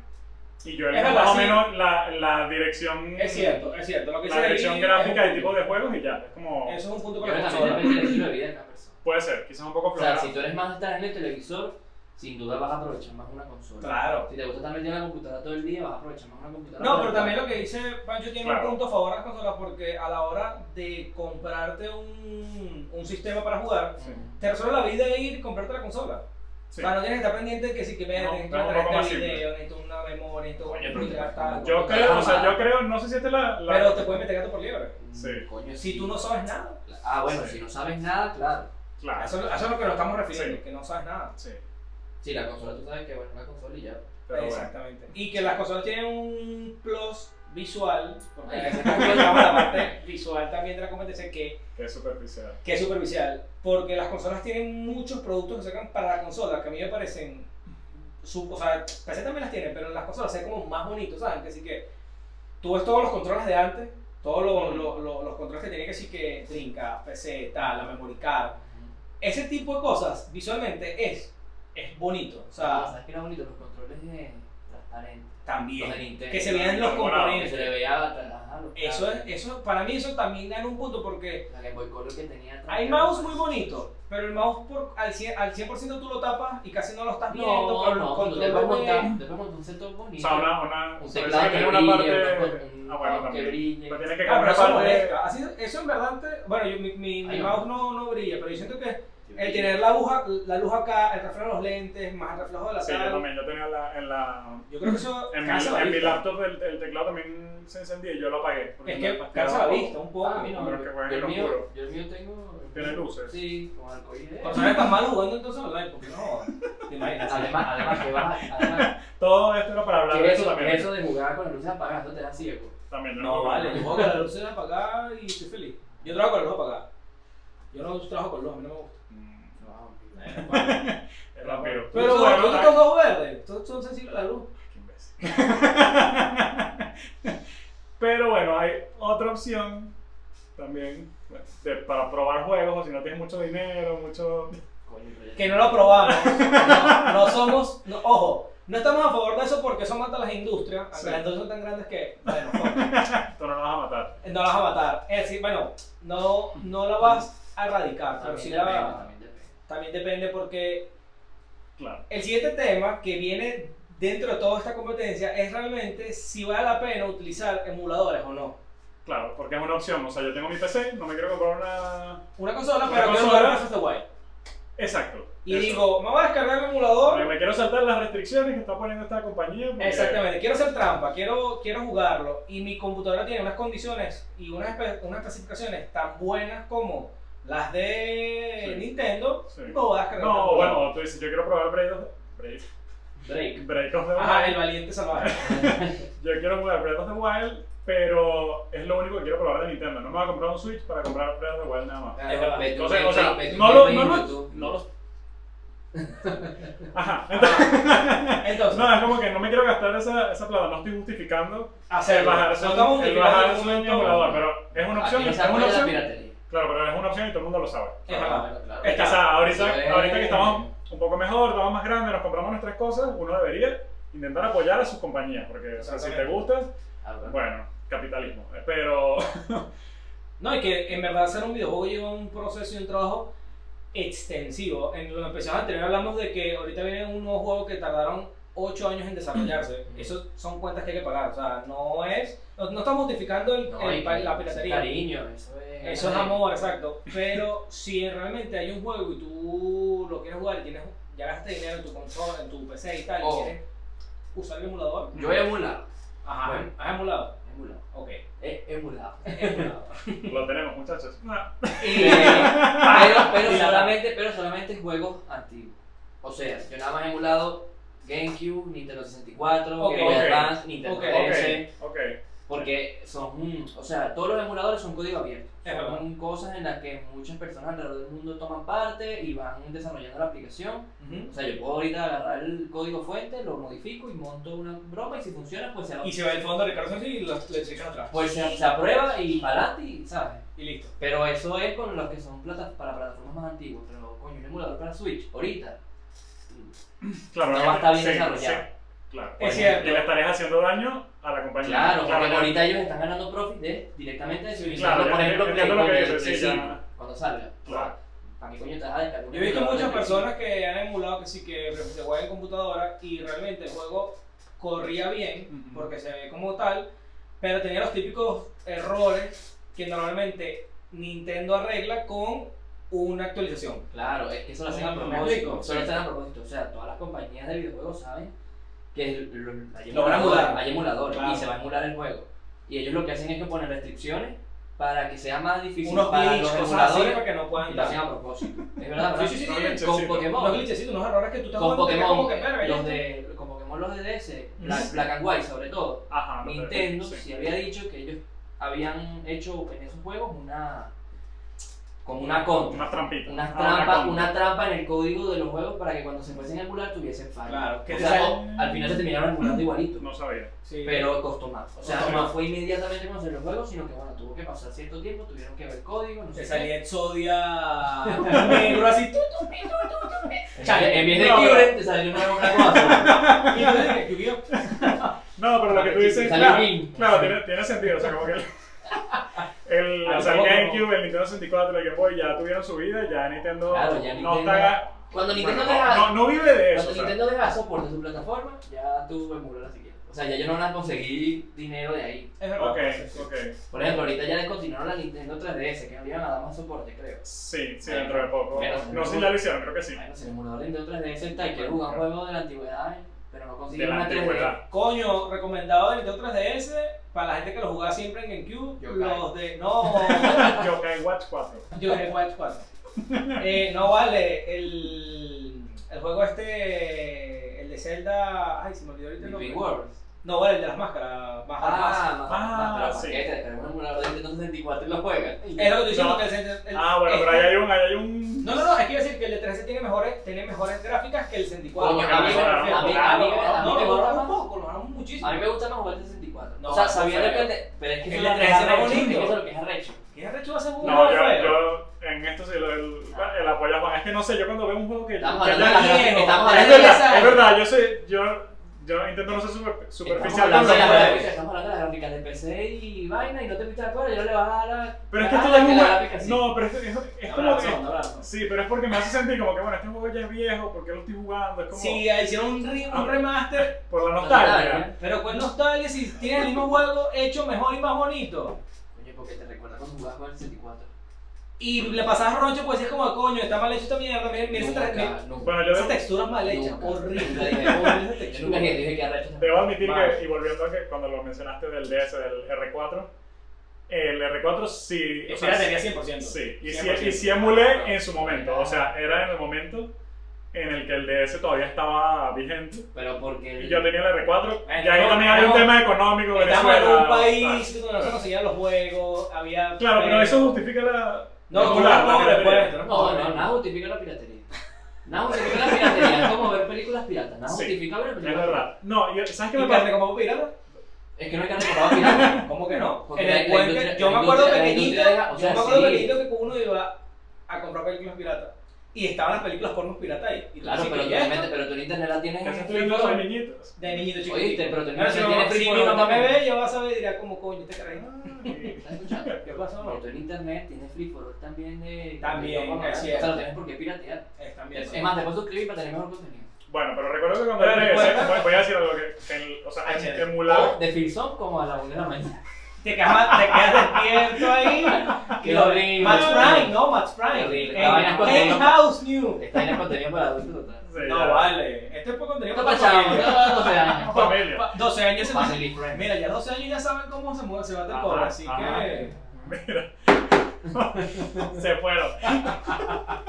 Speaker 3: y yo
Speaker 4: Es
Speaker 3: elijo
Speaker 4: verdad,
Speaker 3: más o
Speaker 4: sí.
Speaker 3: menos la, la dirección...
Speaker 4: es cierto, es cierto. Lo que
Speaker 3: La
Speaker 4: dice ahí
Speaker 3: dirección
Speaker 4: es
Speaker 3: gráfica
Speaker 4: un
Speaker 3: y tipo
Speaker 4: punto.
Speaker 3: de juegos y ya, es como...
Speaker 4: Eso es un punto
Speaker 1: Yo
Speaker 4: para
Speaker 1: creo
Speaker 4: la
Speaker 1: que también
Speaker 4: consola.
Speaker 1: depende del estilo de vida de cada persona.
Speaker 3: Puede ser, quizás un poco
Speaker 1: O sea,
Speaker 3: floja.
Speaker 1: si tú eres más de estar en el televisor, sin duda vas a aprovechar más una consola.
Speaker 4: Claro.
Speaker 1: Si te gusta estar metido en la computadora todo el día, vas a aprovechar más una computadora.
Speaker 4: No, pero también lo que dice Pancho tiene
Speaker 3: Claro.
Speaker 4: un punto a favor a las consolas porque a la hora de comprarte un, un sistema para jugar,
Speaker 1: Sí.
Speaker 4: te resuelve la vida ir y comprarte la consola.
Speaker 3: Sí.
Speaker 4: O sea, no tienes que estar pendiente de que si que me
Speaker 3: No,
Speaker 4: necesito
Speaker 3: es un
Speaker 4: una
Speaker 3: poco
Speaker 4: tarjeta
Speaker 3: más
Speaker 4: de
Speaker 3: simple.
Speaker 4: video, necesito una memoria, necesito
Speaker 1: Coño, pero te-
Speaker 4: ya está.
Speaker 3: Yo creo, o sea, yo creo, no sé si esta es la... la-
Speaker 4: Pero te puedes meter gato por liebre.
Speaker 3: Sí.
Speaker 1: Mm, Coño,
Speaker 4: Si tú no sabes nada.
Speaker 1: Ah, bueno,
Speaker 3: Sí.
Speaker 1: si no sabes nada, claro.
Speaker 3: Claro,
Speaker 4: Eso, eso es lo que nos estamos refiriendo,
Speaker 3: Sí.
Speaker 4: que no sabes nada.
Speaker 3: sí.
Speaker 1: Sí, la consola tú sabes que bueno, una consola y ya.
Speaker 3: Pero bueno.
Speaker 4: Exactamente. Y que las consolas tienen un plus visual, porque
Speaker 1: Ay.
Speaker 4: a veces también llegamos a la parte visual también de la competencia que
Speaker 3: Que es superficial.
Speaker 4: que es superficial, porque las consolas tienen muchos productos que sacan para la consola, que a mí me parecen, su- o sea, PC también las tienen, pero en las consolas se ven como más bonitos, ¿saben? Que sí que tú ves todos los controles de antes, todos los, los- los- los controles que tienen que sí que trinca, PC, tal, la memory card, ese tipo de cosas visualmente es, es bonito, o sea,
Speaker 1: ¿Sabes que era bonito? Los controles de transparentes. Los de
Speaker 4: también,
Speaker 1: Nintendo.
Speaker 4: que se vean los
Speaker 3: Bueno,
Speaker 1: Que se le
Speaker 4: componentes.
Speaker 1: veía atrás. ajá, los
Speaker 4: Eso, es,
Speaker 1: cables.
Speaker 4: eso, para mí eso también gana un punto porque
Speaker 1: La Game Boy Color que tenía atrás.
Speaker 4: Hay mouse muy bonito, pero el mouse por, al, 100, al 100% tú lo tapas y casi no lo estás viendo,
Speaker 1: No,
Speaker 4: pero los
Speaker 1: no, tú te
Speaker 4: controles
Speaker 1: puedes montar,
Speaker 4: de-
Speaker 1: te puedes montar un setup
Speaker 3: O
Speaker 1: bonito.
Speaker 3: sea, una... una
Speaker 1: un
Speaker 3: parece
Speaker 1: teclado
Speaker 3: que
Speaker 1: que
Speaker 3: tiene una
Speaker 1: brille,
Speaker 3: parte...
Speaker 1: un- un-
Speaker 3: Ah, bueno,
Speaker 1: un que
Speaker 3: también.
Speaker 1: brille.
Speaker 3: Pero tiene que
Speaker 4: Ah,
Speaker 3: tener
Speaker 4: pero
Speaker 3: una
Speaker 4: eso
Speaker 3: parte...
Speaker 4: molesta. Así, eso en verdad, te- bueno, yo, mi, mi, mi
Speaker 1: Ay, no.
Speaker 4: mouse no, no brilla, pero yo siento que el tener
Speaker 1: Ah,
Speaker 4: la, aguja, la luz acá, el reflejo de los lentes, más el reflejo de la
Speaker 3: Sí,
Speaker 4: cara,
Speaker 3: yo también, yo tenía la, en la...
Speaker 4: yo creo que eso
Speaker 3: En mi,
Speaker 4: cansa la
Speaker 3: en mi
Speaker 4: vista.
Speaker 3: laptop el, el teclado también se encendía y yo lo apagué. porque
Speaker 4: Es
Speaker 3: me
Speaker 4: que
Speaker 3: fastidiaba
Speaker 4: cansa la
Speaker 3: un poco.
Speaker 4: vista un poco.
Speaker 1: Ah, a mí no,
Speaker 3: Pero
Speaker 1: yo-
Speaker 3: que juegan
Speaker 1: yo el
Speaker 3: en
Speaker 1: mío,
Speaker 3: oscuro.
Speaker 1: yo el mío tengo.
Speaker 3: Tiene luces.
Speaker 1: Sí, con arcoíris.
Speaker 4: Por eso no eres tan malo jugando entonces online, porque no, te imaginas.
Speaker 1: Además, además que vas a- además,
Speaker 3: Todo esto era para hablar
Speaker 1: que
Speaker 3: de eso
Speaker 1: eso,
Speaker 3: también.
Speaker 1: que eso de jugar con las luces apagadas no te da ciego.
Speaker 3: También, yo
Speaker 4: No,
Speaker 3: juego.
Speaker 4: vale, yo juego con la luz apagada y estoy feliz. Yo trabajo con la luz apagada. Yo no trabajo con luz, a mí no me gusta.
Speaker 3: Mm, El
Speaker 4: Pero,
Speaker 3: vampiro.
Speaker 4: pero
Speaker 3: bueno,
Speaker 4: tú
Speaker 3: ah,
Speaker 4: tocas ojos verdes, tú son sensibles a la luz.
Speaker 3: Qué imbécil. Pero bueno, hay otra opción también de- para probar juegos, o si no tienes mucho dinero, mucho...
Speaker 1: Coño, pero ya-
Speaker 4: Que no lo probamos. No, no somos, no, ojo, no estamos a favor de eso porque eso mata a las industrias. aunque
Speaker 3: Sí.
Speaker 4: Las industrias son tan grandes que, bueno, fuck,
Speaker 3: Tú no lo vas a matar.
Speaker 4: no las vas a matar. Es decir, bueno, no, no la vas a erradicar, pero
Speaker 1: También
Speaker 4: sí
Speaker 1: te pega,
Speaker 4: la.
Speaker 1: también te pega.
Speaker 4: También depende porque
Speaker 3: Claro.
Speaker 4: el siguiente tema que viene dentro de toda esta competencia es realmente si vale la pena utilizar emuladores o no.
Speaker 3: Claro, porque es una opción. O sea, yo tengo mi PC, no me quiero comprar una...
Speaker 4: Una consola,
Speaker 3: Una
Speaker 4: pero quiero
Speaker 3: consola.
Speaker 4: jugar Breath of the Wild.
Speaker 3: Exacto.
Speaker 4: Y
Speaker 3: eso.
Speaker 4: digo, me voy a descargar el emulador.
Speaker 3: Me, me quiero saltar las restricciones que está poniendo esta compañía. porque-
Speaker 4: Exactamente, quiero hacer trampa, quiero, quiero jugarlo y mi computadora tiene unas condiciones y unas, espe- unas especificaciones tan buenas como las de
Speaker 3: Sí.
Speaker 4: Nintendo,
Speaker 3: Sí.
Speaker 4: no vas a descargar.
Speaker 3: No,
Speaker 4: el emulador.
Speaker 3: bueno, tú dices, yo quiero probar Breath of, Breath,
Speaker 1: Drake.
Speaker 3: Breath of the
Speaker 4: Ajá, el
Speaker 3: Wild.
Speaker 4: valiente salvaje.
Speaker 3: Yo quiero jugar Breath of the Wild, pero es lo único que quiero probar de Nintendo. No me voy a comprar un Switch para comprar Breath of the Wild nada más.
Speaker 4: verdad.
Speaker 1: Vete,
Speaker 3: Entonces,
Speaker 1: vete,
Speaker 3: o sea,
Speaker 1: vete,
Speaker 3: no lo,
Speaker 1: vete,
Speaker 3: no lo,
Speaker 1: vete, vete.
Speaker 3: no lo- Ajá, entonces,
Speaker 4: Entonces,
Speaker 3: no, es como que no me quiero gastar esa, esa plata, no estoy justificando el
Speaker 4: hacerlo.
Speaker 3: bajarse,
Speaker 4: no estamos
Speaker 3: un- el
Speaker 4: justificando
Speaker 3: bajarse un
Speaker 4: ningún
Speaker 3: emulador, pero es una opción,
Speaker 1: Aquí no
Speaker 3: es
Speaker 1: se apoya
Speaker 3: una
Speaker 1: la
Speaker 3: opción,
Speaker 1: piratería.
Speaker 3: claro, pero es una opción y todo el mundo lo sabe.
Speaker 4: Es verdad.
Speaker 1: Ah, bueno, claro.
Speaker 3: Es que, o sea, ahorita,
Speaker 1: Eso es-
Speaker 3: ahorita que estamos, un poco mejor, todo más grande, nos compramos nuestras cosas, uno debería intentar apoyar a sus compañías, porque o sea, si te
Speaker 4: Exactamente.
Speaker 3: gusta,
Speaker 1: Ah, bueno.
Speaker 3: bueno, capitalismo. Pero
Speaker 4: No, y que en verdad hacer un videojuego lleva un proceso y un trabajo extensivo. En los episodios anteriores hablamos de que ahorita viene un nuevo juego que tardaron 8 años en desarrollarse.
Speaker 1: Ujú.
Speaker 4: Eso son cuentas que hay que pagar. O sea, no es. No, no estamos justificando el-
Speaker 1: No,
Speaker 4: el
Speaker 1: y-
Speaker 4: pa- la
Speaker 1: eso es
Speaker 4: piratería.
Speaker 1: Cariño, eso es.
Speaker 4: Eso es amor, exacto. Pero si realmente hay un juego y tú lo quieres jugar y tienes, ya gastaste dinero en tu consola, en tu PC y tal,
Speaker 1: Ojo.
Speaker 4: y quieres usar el emulador,
Speaker 1: Yo he emulado.
Speaker 4: ajá,
Speaker 1: Bueno.
Speaker 4: has emulado.
Speaker 1: Emulado.
Speaker 4: Ok.
Speaker 1: He Eh, emulado. He emulado.
Speaker 3: lo tenemos, muchachos. Ah,
Speaker 1: pero, pero, solamente, pero solamente juegos antiguos. O sea, yo nada más he emulado GameCube, Nintendo 64,
Speaker 4: Ok.
Speaker 1: Game Boy
Speaker 3: Ok.
Speaker 1: Advance, Nintendo E
Speaker 4: Ok.
Speaker 3: ok,
Speaker 1: 13.
Speaker 3: ok.
Speaker 1: Porque son, mm, o sea, todos los emuladores son código abierto.
Speaker 4: Es verdad.
Speaker 1: Son cosas en las que muchas personas alrededor del mundo toman parte y van desarrollando la aplicación. O
Speaker 4: Ujú.
Speaker 1: sea, yo puedo ahorita agarrar el código fuente, lo modifico y monto una broma y si funciona, pues se,
Speaker 4: Y se va el fondo de Ricardo Sánchez y lo, lo echas atrás.
Speaker 1: pues se, se aprueba y para adelante, ¿sabes?
Speaker 4: Y listo.
Speaker 1: Pero eso es con los que son plata- para plataformas más antiguas. Pero coño, un emulador para Switch, ahorita.
Speaker 3: Claro,
Speaker 1: No
Speaker 3: obviamente,
Speaker 1: va a estar bien
Speaker 3: sí,
Speaker 1: desarrollado.
Speaker 3: sí, Claro.
Speaker 4: Es
Speaker 3: Y le
Speaker 4: cierto.
Speaker 3: estarías haciendo daño a la compañía.
Speaker 1: Claro, porque
Speaker 3: ya-
Speaker 1: ahorita ellos están ganando profit de, directamente de su
Speaker 4: Sí,
Speaker 1: iniciativa.
Speaker 3: claro,
Speaker 1: por
Speaker 3: ya-
Speaker 1: ejemplo,
Speaker 3: ya- ya
Speaker 1: Play-
Speaker 3: entiendo lo que
Speaker 1: Play-
Speaker 3: dices,
Speaker 1: Play
Speaker 3: sí, ya.
Speaker 1: 5, cuando salga.
Speaker 3: Claro.
Speaker 1: ¿Para qué coño te vas a descargar un
Speaker 4: Yo he visto
Speaker 1: emulador
Speaker 4: muchas
Speaker 1: de Play
Speaker 4: personas que han emulado que sí que se juegan en computadora y realmente el juego corría bien
Speaker 3: Ujú.
Speaker 4: porque se ve como tal, pero tenía los típicos errores que normalmente Nintendo arregla con una actualización.
Speaker 1: Claro, es que eso lo hacen a
Speaker 4: Me
Speaker 1: propósito.
Speaker 4: explico.
Speaker 1: Eso lo hacen a propósito. O sea, todas las compañías de videojuegos saben que el- lo- hay
Speaker 4: Lo van a
Speaker 1: emuladores,
Speaker 4: emular.
Speaker 1: hay emuladores
Speaker 4: Claro.
Speaker 1: y se va a emular el juego. Y ellos lo que hacen es que ponen restricciones para que sea más difícil
Speaker 4: Unos
Speaker 1: para
Speaker 4: glitches,
Speaker 1: los
Speaker 4: cosas así
Speaker 1: emuladores.
Speaker 4: para que no
Speaker 1: Y
Speaker 4: puedan
Speaker 1: lo hacen
Speaker 4: dar.
Speaker 1: a propósito. Es verdad, ¿verdad?
Speaker 4: Sí, sí, sí,
Speaker 3: No,
Speaker 4: sí.
Speaker 3: leche,
Speaker 1: Con
Speaker 3: sí.
Speaker 4: Unos
Speaker 1: Pokémon.
Speaker 4: glitchesitos, unos errores que tú estás
Speaker 1: Con
Speaker 4: jugando y te quedas
Speaker 1: Pokémon,
Speaker 4: como que verga,
Speaker 1: los
Speaker 4: ya está.
Speaker 1: de, con Pokémon los de DS,
Speaker 4: Ujú.
Speaker 1: Black, Black and White sobre todo,
Speaker 4: Ah,
Speaker 3: Ajá, no te-
Speaker 1: Nintendo
Speaker 3: sí.
Speaker 1: sí había dicho que ellos habían hecho en esos juegos una como una contra.
Speaker 3: Unas trampitas.
Speaker 1: unas
Speaker 3: Ah,
Speaker 1: trampas,
Speaker 3: contra.
Speaker 1: una trampa en el código de los juegos para que cuando se fuesen a emular tuviesen fallo.
Speaker 4: Claro, que
Speaker 1: O
Speaker 4: te
Speaker 1: sea,
Speaker 4: salen-
Speaker 1: o- al final se terminaron emulando igualito,
Speaker 3: No sabía.
Speaker 4: Sí.
Speaker 1: pero costó más. O sea,
Speaker 3: Costó
Speaker 1: no
Speaker 3: más.
Speaker 1: fue inmediatamente cuando salió el juego, sino que bueno, tuvo que pasar cierto tiempo, tuvieron que ver el código, no
Speaker 4: Te
Speaker 1: sé qué.
Speaker 4: salía Exodia negro así. Chale,
Speaker 1: en vez de
Speaker 4: no,
Speaker 1: Kyurem,
Speaker 4: pero-
Speaker 1: te salió una, una cosa.
Speaker 4: Y yo, eh, Yu-Gi-Oh!
Speaker 3: No, pero lo que tú dices,
Speaker 1: Salió
Speaker 3: claro,
Speaker 1: Ring.
Speaker 3: claro, tiene, tiene sentido, o sea, como que el, el,
Speaker 4: Ah,
Speaker 3: o sea, el
Speaker 4: tampoco.
Speaker 3: GameCube, el Nintendo 64, el Game Boy ya tuvieron su vida, ya Nintendo
Speaker 1: Claro, ya
Speaker 3: no
Speaker 1: Nintendo-
Speaker 3: está,
Speaker 1: Cuando Nintendo
Speaker 3: bueno,
Speaker 1: deja,
Speaker 3: no, no, no vive de eso,
Speaker 1: cuando
Speaker 3: o sea,
Speaker 1: Nintendo deja soporte a su plataforma, ya tú emulas si quieres. O sea, ya yo no van a conseguir dinero de ahí.
Speaker 4: Es verdad.
Speaker 3: ok,
Speaker 4: Sí, sí.
Speaker 3: ok,
Speaker 1: Por ejemplo, ahorita ya descontinuaron la Nintendo 3DS, que no le iban a dar más soporte, creo.
Speaker 3: sí, sí,
Speaker 1: Bueno,
Speaker 3: dentro de poco,
Speaker 1: pero-
Speaker 3: no sé si ya lo hicieron, creo que sí,
Speaker 1: Bueno, si el emulador de Nintendo 3DS está y quiere jugar un juego de la antigüedad, eh, pero no consigue
Speaker 3: de la
Speaker 1: una 3DS.
Speaker 3: antigüedad,
Speaker 4: Coño, recomendado de Nintendo 3DS para la gente que lo jugaba siempre en GameCube.
Speaker 1: Yo
Speaker 4: los de. No,
Speaker 3: Yokai Watch 4,
Speaker 4: yo de Watch 4. Eh, no vale, el, el juego este. El de Zelda. Ay, se me olvidó ahorita el
Speaker 1: Between
Speaker 4: nombre.
Speaker 1: Worlds.
Speaker 4: No vale, el de las máscaras. Baja la máscara.
Speaker 1: Ah,
Speaker 3: Ah,
Speaker 1: ah,
Speaker 3: sí.
Speaker 1: sí. Pero un emulador de Nintendo 64 y lo juega.
Speaker 4: Es lo que estoy diciendo
Speaker 3: No.
Speaker 4: que el Zelda- el-
Speaker 3: ah, bueno,
Speaker 4: este-
Speaker 3: pero ahí hay un, ahí hay un,
Speaker 4: No, no, no, es que iba a decir que el de 3DS tiene mejores, tiene mejores gráficas que el 64.
Speaker 1: Coño,
Speaker 3: a
Speaker 4: me
Speaker 3: mí-
Speaker 4: refiero.
Speaker 3: a mí- a mí-
Speaker 4: Ah, lo
Speaker 1: a mí-
Speaker 4: bajaron-
Speaker 1: a mí
Speaker 4: No,
Speaker 1: me
Speaker 4: lo bajaron
Speaker 1: borra
Speaker 4: un poco, lo bajaron muchísimo.
Speaker 1: A mí me gusta más jugar el 64.
Speaker 4: No,
Speaker 1: o sea,
Speaker 4: eso
Speaker 1: sabiendo
Speaker 4: fue-
Speaker 1: que el de- Pero es que
Speaker 4: el
Speaker 1: eso es lo
Speaker 4: de
Speaker 1: que es
Speaker 4: 3DS era
Speaker 1: arrecho, es que
Speaker 4: bonito.
Speaker 1: eso es lo que es arrecho.
Speaker 4: ¿Qué arrecho va a ser un
Speaker 3: no,
Speaker 4: juego
Speaker 3: yo,
Speaker 4: feo?
Speaker 3: yo, en esto sí, lo- el, el apoyo a Juan, es que no sé, yo cuando veo un juego que,
Speaker 1: Estamos
Speaker 3: que
Speaker 1: hablando de
Speaker 3: ya-
Speaker 1: las gráficas, estamos
Speaker 3: es
Speaker 1: hablando de las
Speaker 3: verdad, es verdad, yo sé, yo, yo intento no ser super-
Speaker 1: estamos
Speaker 3: superficial con
Speaker 1: hablando
Speaker 3: los
Speaker 1: de las
Speaker 3: juegos,
Speaker 1: gráficas, estamos hablando de las gráficas de PC y vaina y no te viste de acuerdo, yo le vas a dar
Speaker 3: Pero es que esto ya es un
Speaker 1: Ah, la
Speaker 3: juego-
Speaker 1: gráfica sí.
Speaker 3: No, pero es, es, es como
Speaker 4: Abrazo,
Speaker 3: que.
Speaker 4: abrazo.
Speaker 3: Sí, pero es porque me hace sentir como que, bueno, este juego ya es viejo, ¿por qué lo estoy jugando? Es como
Speaker 4: Si hicieron un, re- un remaster,
Speaker 3: por la
Speaker 1: No,
Speaker 3: nostalgia.
Speaker 1: nada,
Speaker 4: pero ¿cuál nostalgia si tiene el mismo juego hecho mejor y más bonito?
Speaker 1: Coño, porque te recuerda cuando jugabas con el 64.
Speaker 4: Y le pasabas roncho pues es como, coño, está mal hecho esta mierda, mira, mira esa,
Speaker 1: Nunca,
Speaker 4: tra- mira,
Speaker 1: nunca.
Speaker 3: Bueno, yo
Speaker 4: esa
Speaker 3: debo,
Speaker 4: textura mal hecha,
Speaker 1: Nunca. Nunca
Speaker 4: horrible.
Speaker 1: dije-
Speaker 4: horrible esa
Speaker 1: Yo nunca
Speaker 4: textura.
Speaker 1: dije, dije que arrecho.
Speaker 3: debo admitir
Speaker 4: Vale.
Speaker 3: que, y volviendo a que cuando lo mencionaste del DS, del R4, el R4 sí. o
Speaker 4: Eso
Speaker 3: sea,
Speaker 4: la tenía 100%.
Speaker 3: sí, y sí,
Speaker 4: 100%.
Speaker 3: y sí
Speaker 4: Ah,
Speaker 3: emulé en su momento. O sea, era en el momento en el que el DS todavía estaba vigente.
Speaker 1: Pero porque.
Speaker 3: Y yo tenía el R4. Y ahí
Speaker 4: no,
Speaker 3: también hay un
Speaker 4: no.
Speaker 3: tema económico.
Speaker 4: Estábamos en
Speaker 3: Venezuela,
Speaker 4: un
Speaker 3: tal.
Speaker 4: país donde no se conseguían los juegos, había...
Speaker 3: Claro, pero
Speaker 4: eh,
Speaker 3: eso justifica la.
Speaker 4: No, no,
Speaker 3: regular, la
Speaker 4: no,
Speaker 3: piratería.
Speaker 4: después, no,
Speaker 1: No, no, nada justifica la piratería. Nada justifica la piratería. Es como ver películas piratas. Nada
Speaker 3: Sí,
Speaker 1: justifica ver
Speaker 3: Es
Speaker 1: películas piratas.
Speaker 3: verdad. No, y- ¿sabes qué me
Speaker 4: ¿Y
Speaker 3: pasa?
Speaker 4: carne como pirata?
Speaker 1: Es que no hay que recordar piratas.
Speaker 4: ¿Cómo que no?
Speaker 1: Porque
Speaker 4: En
Speaker 1: la-
Speaker 4: el
Speaker 1: la
Speaker 4: puente,
Speaker 1: industria-
Speaker 4: yo me
Speaker 1: la
Speaker 4: acuerdo
Speaker 1: industria- la
Speaker 4: pequeñito,
Speaker 1: industria deja- o
Speaker 4: yo
Speaker 1: sea,
Speaker 4: me acuerdo
Speaker 1: sí.
Speaker 4: pequeñito que uno iba a comprar películas piratas. y estaban las películas porno pirata ahí. Y tú
Speaker 1: Claro,
Speaker 4: decías,
Speaker 1: pero tú,
Speaker 4: ¿qué es
Speaker 1: obviamente,
Speaker 4: esto?
Speaker 1: pero tú en internet la tienes
Speaker 3: ¿Qué haces tú
Speaker 1: free
Speaker 3: viendo
Speaker 1: flow.
Speaker 3: de niñitos?
Speaker 4: De niñito chiquito.
Speaker 1: Oíste, pero tú en
Speaker 4: Pero si,
Speaker 1: internet
Speaker 4: mi mamá-
Speaker 1: tienes free
Speaker 4: si
Speaker 1: flow
Speaker 4: mi mamá me
Speaker 1: también.
Speaker 4: ve, yo vas a ver y dirá como coño, este carajo.
Speaker 3: Ay.
Speaker 1: ¿Estás escuchando?
Speaker 4: ¿Qué pasó?
Speaker 1: No, tú en internet tienes free for all también de.
Speaker 4: También,
Speaker 1: de todo, ¿no?
Speaker 4: es
Speaker 1: O sea,
Speaker 4: cierto.
Speaker 1: lo tienes por qué piratear.
Speaker 4: Es también.
Speaker 1: Es más, te puedes suscribir para tener mejor contenido.
Speaker 3: Bueno, pero recuerdo que cuando
Speaker 4: Pero
Speaker 3: yo regresé,
Speaker 4: recuerda-
Speaker 3: voy- voy a decir algo que, que el- o sea,
Speaker 4: Ah,
Speaker 3: em-
Speaker 4: chévere.
Speaker 1: O
Speaker 3: emular,
Speaker 1: de Filson como a la 1 de la mañana.
Speaker 4: Te quedas, te quedas despierto ahí.
Speaker 1: Qué horrible.
Speaker 4: Max Prime, no, Max
Speaker 1: Qué
Speaker 4: Prime.
Speaker 1: horrible.
Speaker 4: Eh,
Speaker 1: La vaina es contenido.
Speaker 4: Penthouse New.
Speaker 1: Está en el contenido para adultos total.
Speaker 3: sí, ya.
Speaker 4: No vale. Este es por contenido
Speaker 1: Esto
Speaker 4: para
Speaker 1: para chavos,
Speaker 4: familia.
Speaker 1: esto para 12 años.
Speaker 3: Pa- familia.
Speaker 4: Pa- 12 años se
Speaker 1: Family friend.
Speaker 4: Mira, ya 12 años ya saben cómo se mueve, se va a
Speaker 3: Ajá,
Speaker 4: cobra, así
Speaker 3: ajá.
Speaker 4: que.
Speaker 3: Mira. Se fueron.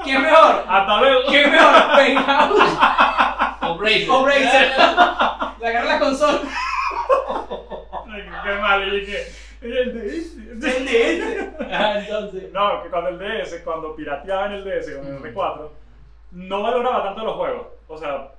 Speaker 4: ¿Quién mejor?
Speaker 3: Hasta luego.
Speaker 4: ¿Quién mejor? Penthouse
Speaker 1: O Bracer.
Speaker 4: o Razer. Le agarra la consola.
Speaker 3: Ay, Qué mal, y dije. "Oye, el DS".
Speaker 4: El de este. Ah, entonces.
Speaker 3: No, que cuando el DS, cuando pirateaba en el DS, con el
Speaker 1: Mm.
Speaker 3: R4,
Speaker 4: Mm.
Speaker 3: no valoraba tanto los juegos. O sea,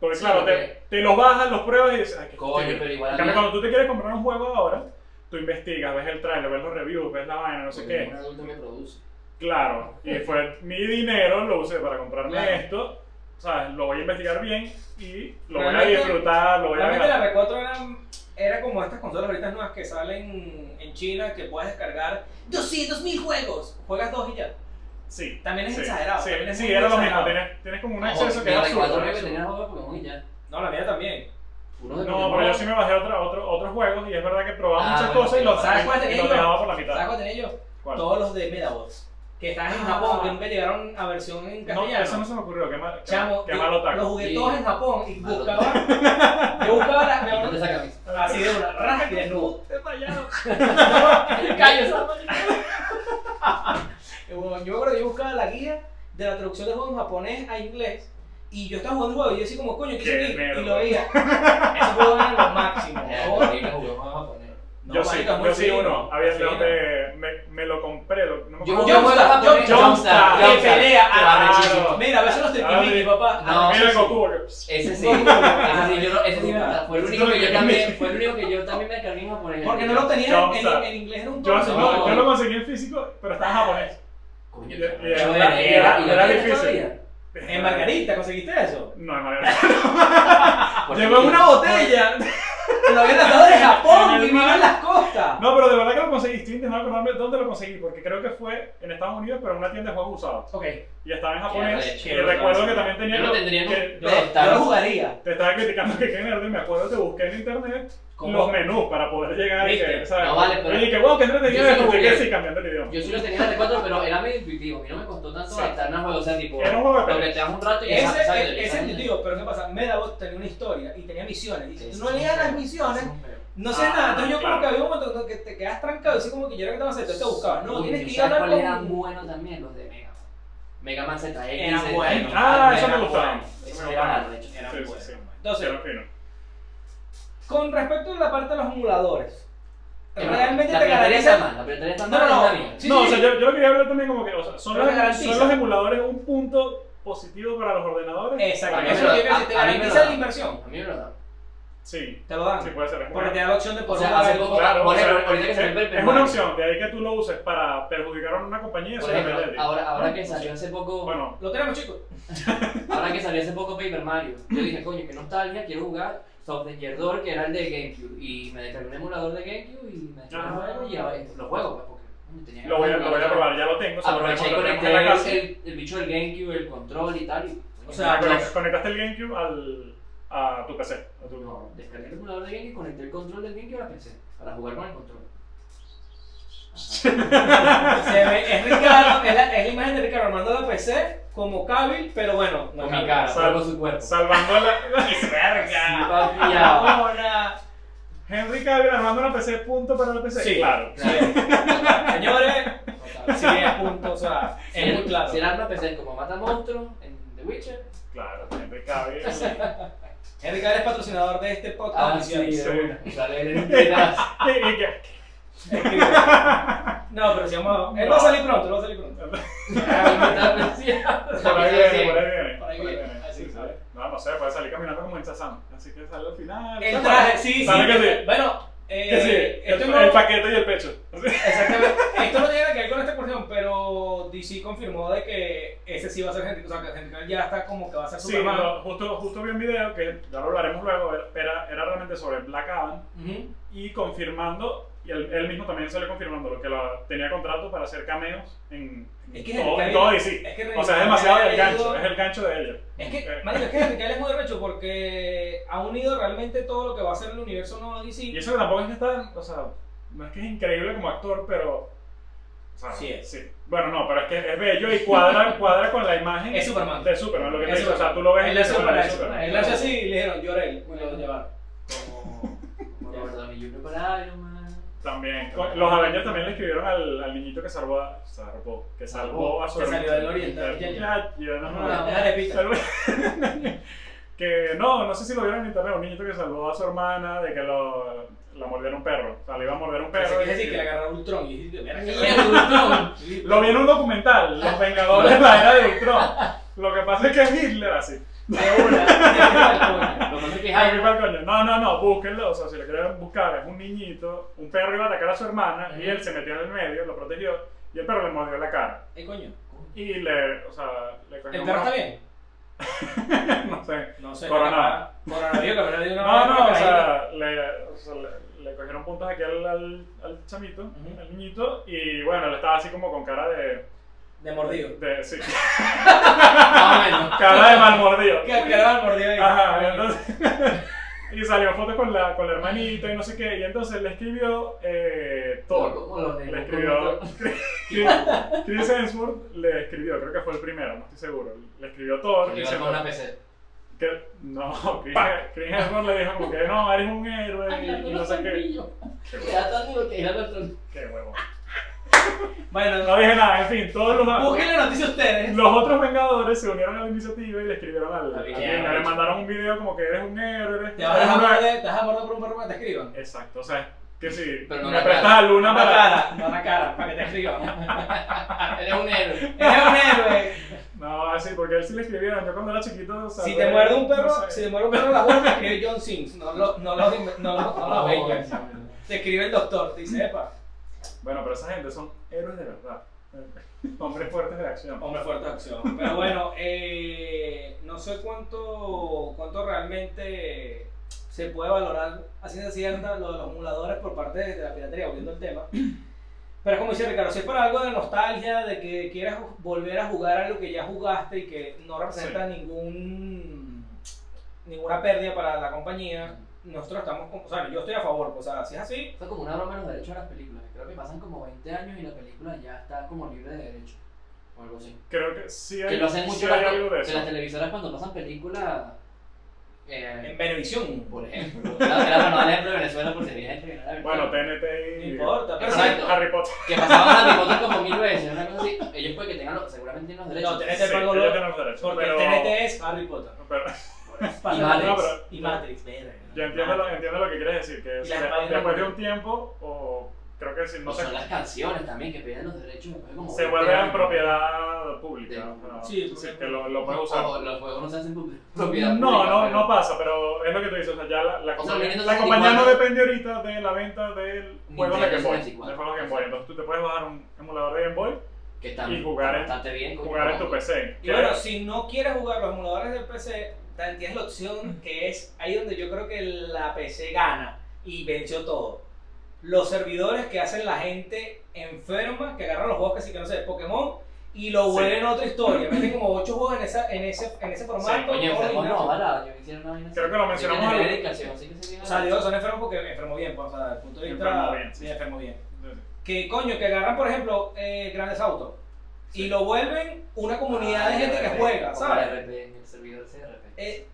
Speaker 3: porque
Speaker 1: Sí,
Speaker 3: claro,
Speaker 1: porque-
Speaker 3: te, te los bajas, los pruebas y dices, ay, qué
Speaker 1: Coño,
Speaker 3: fastidio".
Speaker 1: pero igual
Speaker 3: En cambio,
Speaker 1: había-
Speaker 3: cuando tú te quieres comprar un juego ahora, tú investigas, ves el trailer, ves los reviews, ves la vaina, no sé
Speaker 1: Porque
Speaker 3: qué.
Speaker 1: ningún adulto me produce.
Speaker 3: Claro, y fue mi dinero, lo usé para comprarme
Speaker 4: Claro.
Speaker 3: esto, ¿sabes? Lo voy a investigar bien y lo voy
Speaker 4: Realmente-
Speaker 3: a disfrutar, lo voy a
Speaker 4: Realmente
Speaker 3: ver.
Speaker 4: la R4 era, era como estas consolas ahorita nuevas que salen en China que puedes descargar 200.000 juegos. Juegas dos y ya.
Speaker 3: Sí.
Speaker 4: También es
Speaker 3: sí,
Speaker 4: exagerado.
Speaker 3: Sí,
Speaker 4: también es
Speaker 3: sí
Speaker 4: muy
Speaker 3: era lo mismo,
Speaker 4: exagerado.
Speaker 3: tienes, tienes como un
Speaker 1: No,
Speaker 3: acceso
Speaker 1: mira,
Speaker 3: que es
Speaker 1: la
Speaker 3: absurdo.
Speaker 1: 4 que
Speaker 3: absurdo.
Speaker 1: tenía los juegos de Pokémon y ya.
Speaker 4: No, la mía también.
Speaker 1: Uno de
Speaker 3: No,
Speaker 1: Pokémon.
Speaker 3: pero yo sí me bajé otra, otro, otros juegos y es verdad que probaba
Speaker 1: Ah,
Speaker 3: muchas
Speaker 1: bueno,
Speaker 3: cosas y
Speaker 1: pero
Speaker 3: los,
Speaker 4: ¿sabes cuál tenía
Speaker 3: y los
Speaker 4: yo?
Speaker 3: dejaba por la
Speaker 4: ¿Sabes
Speaker 3: mitad.
Speaker 4: cuál tenía yo?
Speaker 3: ¿Cuál?
Speaker 4: Todos los de Medabots. Que estaban en
Speaker 3: Ah.
Speaker 4: Japón, que nunca llegaron a versión en
Speaker 3: No,
Speaker 4: castellano.
Speaker 3: eso no se me ocurrió, qué, mal, qué,
Speaker 4: Chamo,
Speaker 3: qué
Speaker 4: yo
Speaker 3: malo taco.
Speaker 4: los jugué
Speaker 1: Sí.
Speaker 4: todos en Japón y
Speaker 1: Malo
Speaker 4: buscaba. Yo buscaba la. me
Speaker 1: Quítate
Speaker 4: acuerdo,
Speaker 1: esa camisa.
Speaker 4: Así de una, ras y desnudo.
Speaker 1: Callo esa
Speaker 4: Eh, Yo me acuerdo que yo buscaba la guía de la traducción de juegos en japonés a inglés. Y yo estaba jugando el juego y yo decía como, coño, ¿qué
Speaker 3: Qué
Speaker 4: es aquí? Y
Speaker 3: mierda.
Speaker 4: lo veía. Esos juegos eran los máximos. ¿no?
Speaker 1: Horrible juego, vamos a poner.
Speaker 4: No,
Speaker 3: yo sí,
Speaker 4: marico, es muy
Speaker 3: yo sí
Speaker 4: fino,
Speaker 3: uno. Había
Speaker 4: muy
Speaker 3: los
Speaker 4: fino.
Speaker 3: de. Me, me lo compré, lo- no me
Speaker 1: Yo
Speaker 3: acuerdo.
Speaker 4: Yo- Jumpstar,
Speaker 1: juego
Speaker 4: Jump-
Speaker 3: Jumpstar,
Speaker 4: Que pelea.
Speaker 3: Claro.
Speaker 4: ah, Mira, a veces los triquimiqui, papá.
Speaker 1: No,
Speaker 3: Ah, Mira
Speaker 1: sí,
Speaker 3: Goku. porque-
Speaker 1: Ese sí,
Speaker 4: Muy
Speaker 1: ese
Speaker 4: bueno.
Speaker 1: sí, yo no- ese sí me
Speaker 4: Brutal.
Speaker 1: fue el único que yo también, fue el único que yo también me descargué en japonés.
Speaker 4: Porque no lo tenían en,
Speaker 3: Jumpstar.
Speaker 4: en inglés, era un
Speaker 3: Yo,
Speaker 4: torneo.
Speaker 3: no,
Speaker 1: no.
Speaker 3: yo lo conseguí en físico, pero estaba en japonés.
Speaker 1: Coño,
Speaker 3: Ya-
Speaker 1: chaval,
Speaker 3: ya-
Speaker 1: yo
Speaker 3: era-
Speaker 1: era-
Speaker 3: era-
Speaker 1: yo
Speaker 3: era
Speaker 1: tenía
Speaker 3: difícil.
Speaker 1: todavía.
Speaker 4: En Margarita, ¿conseguiste eso?
Speaker 3: No, en Margarita.
Speaker 1: Porque-
Speaker 3: Llegó en una
Speaker 4: botella. lo habían atado de Japón
Speaker 3: En el
Speaker 4: y vino
Speaker 3: mar.
Speaker 4: en las costas.
Speaker 3: No, pero de verdad que lo conseguí. Estoy intentando acordarme dónde lo conseguí, porque creo que fue en Estados Unidos, pero en una tienda de juegos usados.
Speaker 4: Ok,
Speaker 3: Y estaba en
Speaker 1: arrecho,
Speaker 3: japonés.
Speaker 4: qué
Speaker 3: Y recuerdo
Speaker 4: arrecho.
Speaker 3: que también tenía.
Speaker 1: Yo lo
Speaker 3: lo-
Speaker 1: tendría en un-
Speaker 3: que-
Speaker 4: yo,
Speaker 1: Pero está-
Speaker 4: yo lo jugaría.
Speaker 3: Te estaba criticando que qué nerd, y me acuerdo, te busqué en internet
Speaker 4: ¿Cómo?
Speaker 3: los menús para poder llegar y
Speaker 4: ¿Viste?
Speaker 3: que, ¿sabes?
Speaker 1: No vale, pero-
Speaker 3: Y dije, wow, qué entretenido
Speaker 1: Yo sí
Speaker 3: esto,
Speaker 1: lo
Speaker 3: y llegué
Speaker 1: jugué.
Speaker 3: así cambiando el idioma.
Speaker 1: Yo sí lo tenía en el 4, pero era medio intuitivo. A mí no me costó tanto
Speaker 3: Sí.
Speaker 1: adaptarme al juego. O sea, tipo,
Speaker 3: Era un juego de
Speaker 1: lo que
Speaker 3: peleas.
Speaker 1: te das un rato y ya
Speaker 4: Ese e-
Speaker 1: sabes,
Speaker 4: ese
Speaker 1: ya
Speaker 4: es
Speaker 1: sabes.
Speaker 4: el sentido, pero ¿qué pasa? Medabot tenía una historia y tenía misiones. Y
Speaker 1: Sí,
Speaker 4: si
Speaker 1: sí,
Speaker 4: tú no
Speaker 1: sí,
Speaker 4: leías
Speaker 1: sí.
Speaker 4: las misiones,
Speaker 1: Sí, pero-
Speaker 4: no sé
Speaker 3: Ah,
Speaker 4: nada. Entonces yo
Speaker 3: claro.
Speaker 4: creo que había un momento que te quedas trancado y así como que yo era que te vas a hacer, entonces te buscabas. No,
Speaker 1: Uy,
Speaker 4: tienes que ir a
Speaker 1: ¿sabes
Speaker 4: hablar
Speaker 1: cuáles eran
Speaker 4: con...
Speaker 1: buenos también? Los de Mega Man. Mega Man ZX.
Speaker 4: Eran
Speaker 1: ZX.
Speaker 4: buenos.
Speaker 3: Ah, eso me
Speaker 4: Era
Speaker 3: gustaba.
Speaker 4: bueno.
Speaker 1: Eso
Speaker 3: me
Speaker 1: era
Speaker 3: gustaba.
Speaker 1: malo, de hecho.
Speaker 4: Era
Speaker 3: Sí,
Speaker 4: bueno.
Speaker 3: sí, sí.
Speaker 4: Entonces,
Speaker 3: Era fino.
Speaker 4: con respecto a la parte de los emuladores,
Speaker 1: Era-
Speaker 4: realmente
Speaker 1: la
Speaker 4: te
Speaker 1: piratería está
Speaker 4: garantiza...
Speaker 1: mal. La piratería está
Speaker 4: No,
Speaker 1: mal.
Speaker 4: no,
Speaker 1: está
Speaker 4: no.
Speaker 1: bien.
Speaker 4: Sí,
Speaker 3: no,
Speaker 4: sí,
Speaker 3: o sea,
Speaker 4: sí.
Speaker 3: yo, yo lo quería hablar también como que, o sea, son,
Speaker 4: Pero te
Speaker 3: los,
Speaker 4: garantiza.
Speaker 3: son los emuladores un punto positivo para los ordenadores.
Speaker 4: Exactamente.
Speaker 1: A mí
Speaker 4: Eso es lo
Speaker 1: me
Speaker 4: que yo quiero
Speaker 1: lo-
Speaker 4: decir, te
Speaker 1: a- a mí me lo
Speaker 4: garantiza
Speaker 1: da.
Speaker 4: la inversión.
Speaker 1: A mí me lo da.
Speaker 3: Sí,
Speaker 4: Te lo dan.
Speaker 3: sí puede ser. es
Speaker 4: Porque
Speaker 3: una-
Speaker 4: te da la opción de
Speaker 1: O
Speaker 4: por
Speaker 1: sea,
Speaker 4: jugar
Speaker 1: hace
Speaker 4: algo.
Speaker 1: poco,
Speaker 3: Claro,
Speaker 1: por
Speaker 3: o sea,
Speaker 1: ejemplo, ahorita que
Speaker 3: es,
Speaker 1: se me
Speaker 3: es una opción, de ahí que tú lo uses para perjudicar a una compañía, eso
Speaker 1: Por
Speaker 3: es
Speaker 1: ejemplo,
Speaker 3: rebelde.
Speaker 1: ahora, ahora que salió hace poco,
Speaker 3: Bueno,
Speaker 4: Lo tenemos, chicos.
Speaker 1: ahora que salió hace poco Paper Mario, yo dije, coño, qué nostalgia, quiero jugar Soft Danger Door, que era el de GameCube, y me descargué un emulador de GamCube y me descargué el
Speaker 3: Ah.
Speaker 1: juego y ahora lo juego, pues, porque coño, tenía que
Speaker 3: lo voy, a, lo voy a
Speaker 1: jugarlo.
Speaker 3: probar, ya lo tengo. seguramente
Speaker 1: Aproveché y
Speaker 3: lo tenemos en la casa.
Speaker 1: conecté el, el bicho del GameCube, el control y tal, y,
Speaker 4: O sea,
Speaker 3: Pero
Speaker 4: Claro.
Speaker 3: Conectaste el GameCube al, a tu PC. A tu...
Speaker 1: No, descargué el emulador de GameCube, conecté el control del GameCube a la PC para jugar con el control. Ajá.
Speaker 4: Se ve- es, Ricardo, es, la, es la imagen de Ricardo armando la PC como Cabil, pero bueno, no
Speaker 1: Con
Speaker 4: Cavill.
Speaker 1: mi cara,
Speaker 3: Sal-
Speaker 1: con su cuerpo.
Speaker 3: Salvando la.
Speaker 4: Verga.
Speaker 1: Papi, ya.
Speaker 4: Ahora.
Speaker 3: Henry Cavill armando una PC, punto para la PC.
Speaker 4: Sí.
Speaker 3: Claro.
Speaker 4: Señores, sí es punto, o sea, es muy claro.
Speaker 1: Si el arma PC es como mata monstruos en The Witcher,
Speaker 3: Claro, Henry Cavill.
Speaker 4: Henry Cavill es patrocinador de este podcast.
Speaker 1: Ah, sí,
Speaker 4: oficial.
Speaker 1: de una. Sale en el pedazo.
Speaker 3: Y- y que-
Speaker 4: Escribe. No, pero si vamos a... Él va a salir pronto, él va a salir pronto.
Speaker 3: Por ahí viene, por ahí viene.
Speaker 4: Por ahí viene, así
Speaker 3: Sí,
Speaker 4: sale.
Speaker 3: sí. No, no sé, puede salir caminando como en Shazam. Así que sale al final.
Speaker 4: El traje, sí, sí.
Speaker 3: ¿Sabe que sí?
Speaker 4: Bueno,
Speaker 3: Que sí,
Speaker 4: eh,
Speaker 3: el,
Speaker 4: esto
Speaker 3: el
Speaker 4: no-
Speaker 3: paquete y el pecho.
Speaker 4: Exactamente. Esto no tiene nada que ver con esta cuestión, pero DC confirmó de que ese sí va a ser gente, o sea, que gente que ya está como que va a ser
Speaker 3: Sí,
Speaker 4: super malo.
Speaker 3: lo- justo, justo vi un video que ya lo hablaremos luego, era, era realmente sobre Black Adam y confirmando, y él, él mismo también salió confirmando lo que la- tenía contrato para hacer cameos en, en
Speaker 4: Es que
Speaker 3: todo,
Speaker 4: Henry
Speaker 3: en todo
Speaker 4: Cavill-
Speaker 3: DC.
Speaker 4: es que
Speaker 3: O sea, es
Speaker 4: Henry
Speaker 3: demasiado el
Speaker 4: Cavill ha
Speaker 3: gancho,
Speaker 4: ido-
Speaker 3: es el gancho de ella.
Speaker 4: Es que,
Speaker 3: Eh,
Speaker 4: marico, es que Henry Cavill es muy recho porque ha unido realmente todo lo que va a ser el universo nuevo de
Speaker 3: Y
Speaker 4: DC.
Speaker 3: eso que tampoco es que está, o sea, no es que es increíble como actor, pero... O sea,
Speaker 4: Sí es.
Speaker 3: Bueno, no, pero es que es bello y cuadra, cuadra con la imagen
Speaker 4: Es Superman.
Speaker 3: de Superman, lo que te
Speaker 4: Es
Speaker 3: digo, o sea,
Speaker 4: Superman.
Speaker 3: tú lo ves y
Speaker 4: Él
Speaker 3: dices,
Speaker 4: hace
Speaker 3: bueno,
Speaker 4: para
Speaker 3: es
Speaker 4: eso.
Speaker 3: Superman.
Speaker 4: Él hace así y le dijeron, lloré, me lo llevaron.
Speaker 3: Ah,
Speaker 1: Como, como Robert Downey Jr. para Iron Man.
Speaker 3: También. Los Avengers también le escribieron al, al niñito que salvó a. Salvó. Que salvó a su
Speaker 4: Ah, Que salió del oriente, Ah,
Speaker 3: del-
Speaker 4: del-
Speaker 3: Ya, ya, no, no,
Speaker 1: No.
Speaker 3: no.
Speaker 4: Dale, pita.
Speaker 3: Salvó- Que no, no sé si lo vieron en internet. Un niñito que salvó a su hermana de que lo, la mordiera un perro. O sea, le iba a morder un
Speaker 4: Pero
Speaker 3: perro.
Speaker 4: quiere
Speaker 3: y-
Speaker 4: decir que le agarraron Ultron y dijiste, mira,
Speaker 3: Lo vi en un documental. Los Vengadores, la era de Ultron. Lo que pasa es que es Hitler así.
Speaker 4: De una.
Speaker 1: Lo que pasa es que
Speaker 3: Ay,
Speaker 1: Iron
Speaker 3: qué mal coño. No, no, no, búsquenlo. O sea, si lo quieren buscar, es un niñito. Un perro iba a atacar a su hermana y él se metió en el medio, lo protegió y el perro le mordió la cara.
Speaker 4: ¿Qué coño?
Speaker 3: Y le, o sea, le cogió
Speaker 4: ¿El perro
Speaker 3: una-
Speaker 4: está bien?
Speaker 3: no sé.
Speaker 4: No sé.
Speaker 3: Corona.
Speaker 4: Coronavirus, que me lo dio una
Speaker 3: No,
Speaker 4: vez,
Speaker 3: no, o
Speaker 4: ahí.
Speaker 3: sea, le, o sea, le- le cogieron puntos aquí al, al, al chamito,
Speaker 4: Ujú.
Speaker 3: al niñito, y bueno, él estaba así como con cara de...
Speaker 4: De mordido.
Speaker 3: de sí,
Speaker 1: Man.
Speaker 3: cara de mal mordido.
Speaker 4: Que que le daban mordido ahí.
Speaker 3: Ajá, y entonces... y salió fotos con la, con la hermanita y no sé qué, y entonces le escribió eh, Thor.
Speaker 1: Como los
Speaker 3: Le
Speaker 1: negros.
Speaker 3: escribió...
Speaker 1: como-
Speaker 3: Chris- Chris Hemsworth le escribió, creo que fue el primero, no estoy seguro. Le escribió Thor.
Speaker 1: Porque
Speaker 3: y
Speaker 1: iba
Speaker 3: se
Speaker 1: con una PC.
Speaker 3: Que, no, Chris, Chris Hemsworth le dijo como que no, eres un héroe y, y no sé qué. Qué huevo,
Speaker 1: Ya está digo que era nuestro-
Speaker 3: qué huevo.
Speaker 4: Bueno,
Speaker 3: No dije nada, en fin, todos los,
Speaker 4: busquen la noticia ustedes.
Speaker 3: los otros Vengadores se unieron a la iniciativa y le escribieron al.
Speaker 1: La
Speaker 3: al-
Speaker 1: villana.
Speaker 3: le mandaron un video como que eres un héroe, eres.
Speaker 4: Te vas a dejar
Speaker 3: una-
Speaker 4: morder- te vas a morder por un perro que te escriban.
Speaker 3: Exacto, o sea, que si
Speaker 1: Pero no
Speaker 3: me
Speaker 1: la
Speaker 3: prestas
Speaker 1: cara.
Speaker 3: a Luna
Speaker 4: Una
Speaker 3: para.
Speaker 4: cara, no la cara, para que te escriban.
Speaker 1: Eres un héroe.
Speaker 4: Eres un héroe.
Speaker 3: No, así, porque a él sí le escribieron. Yo cuando era chiquito. o sea,
Speaker 4: Si
Speaker 3: yo-
Speaker 4: te muerde un perro,
Speaker 3: no sé.
Speaker 4: si te muerde un perro en la boca, te escribe John Sims. No lo, no lo, no lo, no lo,
Speaker 3: Ah,
Speaker 4: vengas. Te escribe el doctor, te dice, epa,
Speaker 3: Bueno, pero esa gente son héroes de verdad. Hombres fuertes de acción.
Speaker 4: hombre fuerte de acción. Pero bueno, eh, no sé cuánto, cuánto realmente se puede valorar a ciencia cierta lo de los emuladores por parte de la piratería, volviendo al tema. Pero es como dice Ricardo, si es para algo de nostalgia, de que quieras volver a jugar a lo que ya jugaste y que no representa ningún ninguna pérdida para la compañía, nosotros estamos, con- o sea, yo estoy a favor, pues, o sea, si es así,
Speaker 1: Eso es como una broma de los derechos a las películas. que Creo que pasan como 20 años y la película ya está como libre de derechos. O algo así.
Speaker 3: Creo que sí hay,
Speaker 1: Que lo hacen
Speaker 3: sí
Speaker 1: mucho
Speaker 3: hay
Speaker 1: las,
Speaker 3: algo de
Speaker 1: te- que
Speaker 3: eso.
Speaker 1: las televisoras cuando pasan películas.
Speaker 4: en
Speaker 1: Eh,
Speaker 4: Benevisión.
Speaker 1: por ejemplo. Era era para no dar ejemplo de Venezuela por si había gente que no era
Speaker 3: Bueno,
Speaker 1: venezolana.
Speaker 3: TNT
Speaker 4: No
Speaker 3: y
Speaker 4: importa, pero
Speaker 1: Exacto.
Speaker 3: Harry Potter.
Speaker 1: Que pasaban Harry Potter como mil veces. Una cosa así. Ellos pueden que tengan. los- Seguramente tienen los derechos.
Speaker 4: No,
Speaker 3: Sí,
Speaker 4: TNT pagó
Speaker 3: ellos tienen los derechos,
Speaker 4: Porque
Speaker 3: pero-
Speaker 4: el TNT es Harry Potter.
Speaker 3: pero-
Speaker 1: Y
Speaker 4: Pasa-
Speaker 1: Matrix.
Speaker 3: No, pero
Speaker 4: Y Matrix, verga.
Speaker 3: yo entiendo lo, entiendo lo que quieres decir, que
Speaker 4: Y
Speaker 3: si
Speaker 4: las
Speaker 3: de-
Speaker 4: páginas
Speaker 3: después de
Speaker 4: web.
Speaker 3: un tiempo, o creo que si no
Speaker 1: O
Speaker 3: se,
Speaker 1: son las canciones también que pierden los derechos después como
Speaker 3: se
Speaker 1: 20
Speaker 3: vuelven
Speaker 1: años.
Speaker 3: propiedad pública, o sea,
Speaker 4: Sí,
Speaker 3: que lo, lo puedes usar.
Speaker 1: O los juegos no se hacen pu- propiedad
Speaker 3: No, no,
Speaker 1: pública,
Speaker 3: no pasa, pero es lo que tú dices, o sea, ya la, la
Speaker 1: O sea,
Speaker 3: compañía,
Speaker 1: Nintendo
Speaker 3: la compañía no
Speaker 1: 64.
Speaker 3: depende ahorita de la venta del juego de Game Boy, del
Speaker 1: 64.
Speaker 3: juego de Game Boy, entonces tú te puedes bajar un emulador de Game Boy
Speaker 1: pero Que están
Speaker 3: Y jugar en-
Speaker 1: bastante bien.
Speaker 3: y
Speaker 1: coño,
Speaker 3: jugar en tu
Speaker 1: jugando.
Speaker 3: PC.
Speaker 4: Y
Speaker 3: que-
Speaker 4: bueno, si no quieres jugar los emuladores del PC, tan- tienes la opción que es ahí donde yo creo que la PC gana y venció todo. Los servidores que hacen la gente enferma, que agarran los juegos que sí que no sé, Pokémon, y lo
Speaker 3: Sí.
Speaker 4: vuelven otra historia. Meten como 8 juegos en, esa, en, ese, en ese
Speaker 1: Coño,
Speaker 4: formato. todo
Speaker 1: enfermo
Speaker 4: original.
Speaker 1: no, ojalá, yo quisiera una vaina así.
Speaker 3: Creo que lo mencionamos
Speaker 1: Tiene
Speaker 3: al-
Speaker 1: dedicación, así que se
Speaker 4: o sea, digo, son enfermos porque me enfermo bien, pues, o sea, desde el punto de vista.
Speaker 3: Enfermo bien, sí.
Speaker 4: me enfermo bien. Que coño, que agarran, por ejemplo, eh, Grandes Autos y lo vuelven una comunidad
Speaker 1: Ah,
Speaker 4: de gente que juega, ¿sabes?
Speaker 1: En el servidor CRP.
Speaker 4: Eh,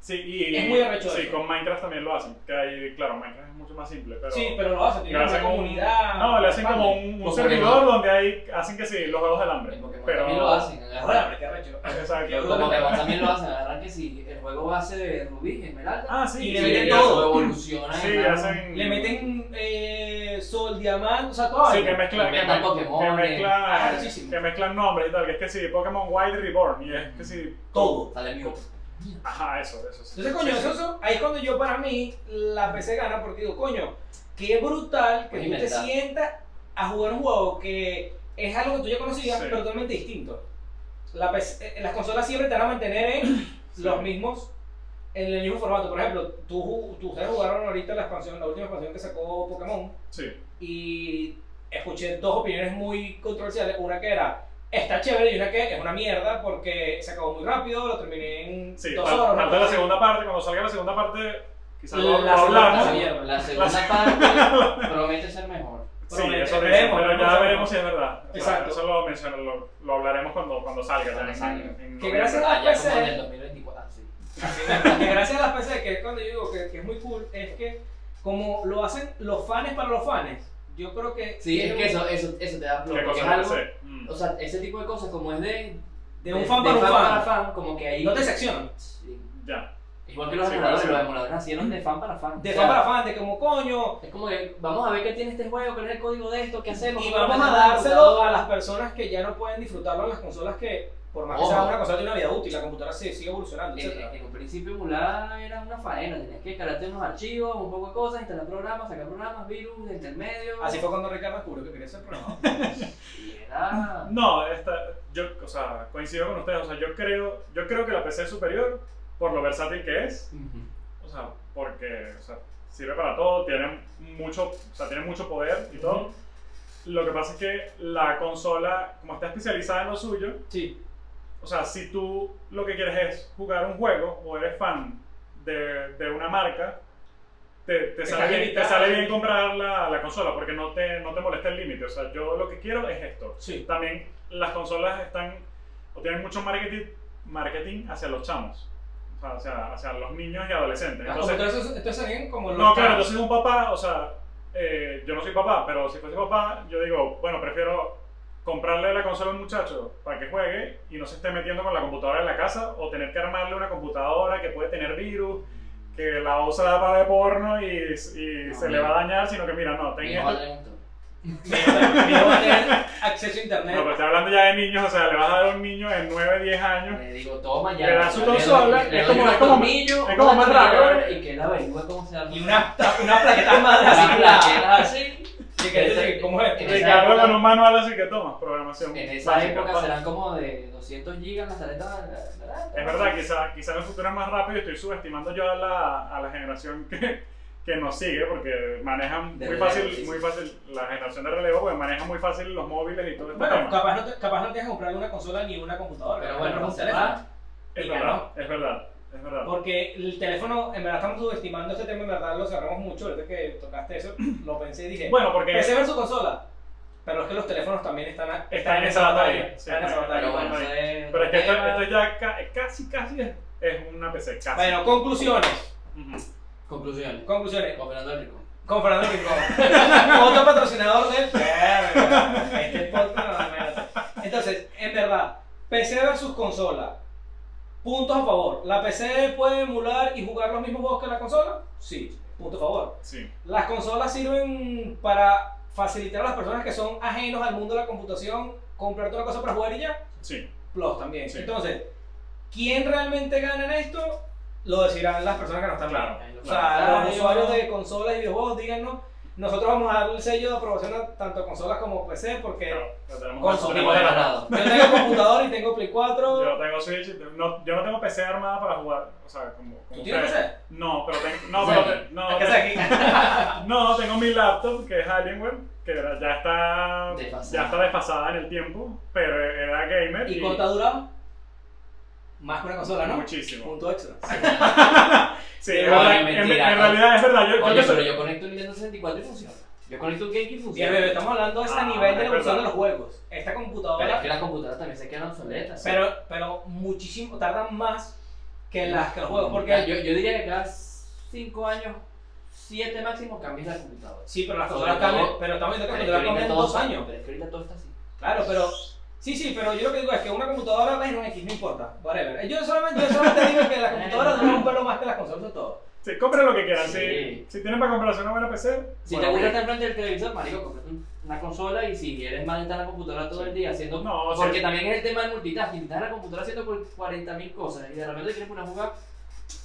Speaker 3: Sí, y
Speaker 4: Es muy arrecho
Speaker 3: sí,
Speaker 4: eso.
Speaker 3: con Minecraft también lo hacen, que ahí, claro, Minecraft es mucho más simple, pero...
Speaker 4: sí, pero lo hacen,
Speaker 3: le
Speaker 4: tienen
Speaker 3: hacen
Speaker 4: una
Speaker 3: como un-
Speaker 4: comunidad.
Speaker 3: No, le hacen como un, un
Speaker 1: Como
Speaker 3: servidor
Speaker 1: Pokémon.
Speaker 3: donde hay, hacen que sí, los juegos del hambre.
Speaker 1: En Pokémon
Speaker 3: Pero,
Speaker 1: también lo hacen.
Speaker 4: Ahora,
Speaker 1: agarran-
Speaker 4: pero qué arrecho.
Speaker 1: Los
Speaker 3: Exacto.
Speaker 1: Pokémon también lo hacen. Agarran que si el juego base de Rubí, Esmeralda.
Speaker 3: Ah, sí.
Speaker 4: Y le
Speaker 1: sí,
Speaker 4: meten
Speaker 1: ya
Speaker 4: todo.
Speaker 1: lo Evolucionan.
Speaker 3: Sí,
Speaker 1: agarran-
Speaker 3: hacen.
Speaker 4: Le meten eh, sol, diamante, o sea, todo.
Speaker 3: Sí, que mezclan. Que,
Speaker 1: Inventan
Speaker 3: mezclan-
Speaker 1: Pokémon,
Speaker 3: que
Speaker 1: eh.
Speaker 4: Ah,
Speaker 3: mezclan.
Speaker 4: arrechísimo.
Speaker 3: Que mezclan nombres y tal. Que es que sí, Pokémon Wild Reborn. Y es que sí.
Speaker 4: todo.
Speaker 1: Sale Mew.
Speaker 3: Ajá, eso, eso. Sí.
Speaker 4: Entonces, coño,
Speaker 3: Sí, sí.
Speaker 4: eso, eso- ahí es cuando yo para mí la PC gana porque digo, coño, qué brutal que
Speaker 1: Pues
Speaker 4: tú te
Speaker 1: inventar.
Speaker 4: sientas a jugar un juego que es algo que tú ya conocías,
Speaker 3: Sí.
Speaker 4: pero totalmente distinto. la PC eh, las consolas siempre te van a mantener en
Speaker 3: Sí.
Speaker 4: los mismos, en el mismo formato. Por ejemplo, tú, ju- tú- ustedes jugaron ahorita la expansión, la última expansión que sacó Pokémon
Speaker 3: Sí.
Speaker 4: y escuché dos opiniones muy controversiales. Una que era está chévere y una que es una mierda porque se acabó muy rápido, lo terminé en
Speaker 3: Sí,
Speaker 4: dos
Speaker 3: fal-
Speaker 4: horas.
Speaker 3: falta la segunda parte. Cuando salga la segunda parte, quizás lo, lo
Speaker 4: La segunda
Speaker 1: La,
Speaker 3: hablamos.
Speaker 4: parte.
Speaker 1: mierda, la segunda parte promete ser mejor.
Speaker 3: Sí,
Speaker 4: Promete,
Speaker 1: eh,
Speaker 3: eso
Speaker 4: veremos,
Speaker 3: veremos, pero
Speaker 4: veremos
Speaker 3: ya
Speaker 4: cómo.
Speaker 3: veremos si es verdad. O sea,
Speaker 4: Exacto.
Speaker 3: eso lo, menciono, lo, lo hablaremos cuando, cuando salga.
Speaker 1: Cuando
Speaker 3: ya, en-
Speaker 1: salga.
Speaker 3: en
Speaker 4: Que
Speaker 3: noviembre.
Speaker 4: gracias a-
Speaker 1: Allá Ah,
Speaker 4: puede
Speaker 1: como
Speaker 4: ser.
Speaker 1: en el 2024. Ah, sí.
Speaker 4: Que gracias a las PC, que es cuando yo digo que, que es muy cool, es que como lo hacen los fans para los fans, yo creo que...
Speaker 1: Sí,
Speaker 4: tiene
Speaker 1: es que
Speaker 4: un-
Speaker 1: eso, eso, eso te da flow.
Speaker 3: ¿Qué
Speaker 1: porque
Speaker 3: cosa
Speaker 1: es
Speaker 3: me
Speaker 1: algo-
Speaker 3: hace? Mm.
Speaker 1: O sea, ese tipo de cosas, como es de.
Speaker 4: De un fan para un
Speaker 1: para
Speaker 4: fan.
Speaker 1: fan, como que ahí.
Speaker 4: No te seccionan.
Speaker 1: Sí.
Speaker 3: Ya.
Speaker 1: Igual que los
Speaker 3: Sí,
Speaker 1: emuladores,
Speaker 3: sí.
Speaker 1: los emuladores nacieron de fan para fan.
Speaker 4: De
Speaker 1: O sea,
Speaker 4: fan para fan, de como coño.
Speaker 1: Es como que vamos a ver qué tiene este juego, cuál es el código de esto, qué hacemos.
Speaker 4: Y
Speaker 1: cómo lo
Speaker 4: vamos a
Speaker 1: metemos en el
Speaker 4: dárselo
Speaker 1: computador.
Speaker 4: a las personas que ya no pueden disfrutarlo en las consolas que, por más que
Speaker 1: Ojo.
Speaker 4: sea una consola, tiene una vida útil, la computadora sí, sigue evolucionando,
Speaker 1: En,
Speaker 4: etc.
Speaker 1: en un principio emular era una faena, tenías que cargarte unos archivos, un poco de cosas, instalar programas, sacar programas, virus, intermedios.
Speaker 4: Así fue cuando Ricardo descubrió que quería ser programador.
Speaker 1: Y era.
Speaker 3: No, esta, yo, o sea, coincido con ustedes. O sea, yo creo, yo creo que la PC es superior por lo versátil que es. O sea, porque o sea, sirve para todo, tiene mucho, o sea, tiene mucho poder y todo. Lo que pasa es que la consola, como está especializada en lo suyo,
Speaker 4: Sí.
Speaker 3: o sea, si tú lo que quieres es jugar un juego o eres fan de, de una marca, te, te
Speaker 4: Estás
Speaker 3: sale, bien, te
Speaker 4: limitado.
Speaker 3: sale bien comprar la, la consola porque no te, no te molesta el límite. O sea, yo lo que quiero es esto.
Speaker 4: Sí.
Speaker 3: También las consolas están o tienen mucho marketing, marketing hacia los chamos, o sea, hacia, hacia los niños y adolescentes.
Speaker 4: Las
Speaker 3: Entonces,
Speaker 4: computadoras entonces bien como los
Speaker 3: no, claro,
Speaker 4: carros.
Speaker 3: entonces un papá, o sea, eh, yo no soy papá, pero si fuese papá, yo digo, bueno, prefiero comprarle la consola al muchacho para que juegue y no se esté metiendo con la computadora en la casa o tener que armarle una computadora que puede tener virus, que la usa para ver porno y, y
Speaker 1: No, mira.
Speaker 3: se le va a dañar, sino que mira, no, ten
Speaker 1: Mi
Speaker 3: esto.
Speaker 1: hijo le gustó.
Speaker 4: Mira, mira, va a tener acceso a internet.
Speaker 3: No, pero estoy hablando ya de niños, o sea, le vas a dar a un niño de 9, 10 años.
Speaker 1: Le digo, toma ya.
Speaker 3: Le da su
Speaker 1: doy-
Speaker 3: consola,
Speaker 1: le
Speaker 3: es
Speaker 1: doy
Speaker 3: como-
Speaker 1: un
Speaker 3: es como-
Speaker 1: tornillo,
Speaker 3: es como
Speaker 1: un
Speaker 3: más
Speaker 1: atornillador,
Speaker 3: raro, ¿eh?
Speaker 1: Y que él averigüe cómo se arma.
Speaker 4: Y una, una plaqueta madre así,
Speaker 1: La
Speaker 4: la-
Speaker 1: plaqueta así.
Speaker 4: de que tú dices, ¿Cómo es esto?
Speaker 1: En esa
Speaker 3: Ricardo
Speaker 1: época-
Speaker 3: con un manual así que toma, programación.
Speaker 1: En esa
Speaker 3: básica,
Speaker 1: época
Speaker 3: pa.
Speaker 1: serán como de 200 gigas las tarjetas. ¿verdad?
Speaker 3: Es verdad, quizá, quizá en el futuro es más rápido y estoy subestimando yo a la, a la generación que, que nos sigue porque manejan
Speaker 1: De
Speaker 3: muy
Speaker 1: relevo,
Speaker 3: fácil,
Speaker 1: sí,
Speaker 3: muy
Speaker 1: sí.
Speaker 3: fácil, la generación de relevo porque manejan muy fácil los móviles y todo este
Speaker 4: Bueno,
Speaker 3: tema.
Speaker 4: capaz no, te, capaz no tienes que comprar una consola ni una computadora.
Speaker 1: Pero
Speaker 4: capaz
Speaker 1: bueno,
Speaker 4: compras
Speaker 1: no
Speaker 4: un
Speaker 1: se
Speaker 4: teléfono.
Speaker 1: va.
Speaker 3: es,
Speaker 4: y
Speaker 3: verdad,
Speaker 4: ganó.
Speaker 3: es verdad, es verdad.
Speaker 4: Porque el teléfono, en verdad estamos subestimando este tema, en verdad lo cerramos mucho, ahorita que tocaste eso, lo pensé y dije,
Speaker 3: Bueno, porque
Speaker 4: PC versus consola. Pero es que los teléfonos también están, a-
Speaker 3: está en esa batalla. sí,
Speaker 4: Están en esa
Speaker 3: está-
Speaker 4: batalla.
Speaker 1: Pero bueno,
Speaker 3: está-
Speaker 1: eso es.
Speaker 3: Pero es que esto,
Speaker 4: eh,
Speaker 1: tema.
Speaker 3: esto ya ca- casi, casi es, es una PC, casi.
Speaker 4: Bueno, conclusiones.
Speaker 3: Ujú.
Speaker 1: Conclusiones.
Speaker 4: Conclusiones.
Speaker 1: Con Fernando Rico.
Speaker 4: Con Fernando Rincón. Otro patrocinador del... Este podcast, no, espérate. Entonces, en verdad, PC versus consola. Puntos a favor. ¿La PC puede emular y jugar los mismos juegos que la consola? Sí. Punto a favor.
Speaker 3: Sí,
Speaker 4: Las consolas sirven para facilitar a las personas que son ajenos al mundo de la computación comprar toda la cosa para jugar y ya.
Speaker 3: sí.
Speaker 4: Plus también.
Speaker 3: Sí.
Speaker 4: Entonces, ¿quién realmente gana en esto? Lo decirán las personas que no están
Speaker 3: Claro.
Speaker 1: Ahí lo
Speaker 4: O sea,
Speaker 1: guardaron.
Speaker 4: los usuarios de consolas y videojuegos, díganos. Nosotros vamos a darle el sello de aprobación a tanto a consolas como PC porque
Speaker 3: Claro, lo tenemos-
Speaker 4: Consola.
Speaker 3: tenemos de la-
Speaker 1: Ganado.
Speaker 4: yo tengo computador y tengo Play 4.
Speaker 3: Yo tengo Switch, no, yo no tengo PC armada para jugar, o sea, como... como
Speaker 4: ¿Tú tienes
Speaker 3: ustedes.
Speaker 4: PC?
Speaker 3: No, pero tengo... No,
Speaker 1: Sí.
Speaker 3: pero... te- no,
Speaker 4: ¿Qué
Speaker 3: tengo-
Speaker 4: haces aquí?
Speaker 3: No, tengo mi laptop que es Alienware, que era- ya está
Speaker 1: Desfasada.
Speaker 3: ya está desfasada en el tiempo, pero era gamer
Speaker 4: ¿Y cuánto ha durado? Más que una consola, ¿no?
Speaker 3: muchísimo.
Speaker 4: Punto extra.
Speaker 3: Sí,
Speaker 4: Oye,
Speaker 3: es verdad, en-
Speaker 1: mentira,
Speaker 3: en,
Speaker 1: ¿no?
Speaker 3: realidad es verdad. Yo, yo
Speaker 1: Oye,
Speaker 3: que
Speaker 1: pero
Speaker 3: soy-
Speaker 1: yo conecto un Nintendo 64 y funciona. Yo conecto un GameCube y
Speaker 4: Bien,
Speaker 1: funciona.
Speaker 4: bebé, estamos hablando de ese
Speaker 3: Ah,
Speaker 4: nivel de
Speaker 3: es
Speaker 4: la evolución de
Speaker 3: verdad.
Speaker 4: los juegos. Esta
Speaker 1: Pero es
Speaker 4: computadora,
Speaker 1: que las computadoras también se quedan obsoletas.
Speaker 4: pero, pero muchísimo, tardan más que las que los juegos.
Speaker 1: Ya,
Speaker 4: Porque
Speaker 1: yo, yo diría que cada 5 años, 7 máximo, cambias la computadora.
Speaker 4: sí, pero las
Speaker 1: Sobre
Speaker 4: consolas
Speaker 1: todo-
Speaker 4: cambian. Pero estamos viendo que
Speaker 1: Pero es
Speaker 4: las
Speaker 1: que ahorita
Speaker 4: consolas cambian en
Speaker 1: todo-
Speaker 4: dos años.
Speaker 1: Pero es que ahorita todo está así.
Speaker 4: Claro, pero. Sí, sí, pero yo lo que digo es que una computadora bueno, X, no importa. Whatever. Eh, Yo solamente, yo solamente digo que las computadoras duran un pelo más que las consolas, eso es todo.
Speaker 3: sí, compren lo que quieran.
Speaker 1: Sí.
Speaker 3: Si, si tienen para comprarse una buena PC,
Speaker 1: Si
Speaker 3: bueno,
Speaker 1: te gusta estar frente del televisor, marico, comprate un- una consola y si eres más de estar en la computadora todo el día haciendo...
Speaker 3: No, o sea-
Speaker 1: porque también es el tema del multitasking, estás en la computadora haciendo cu- 40.000 cosas y de repente quieres una jugada,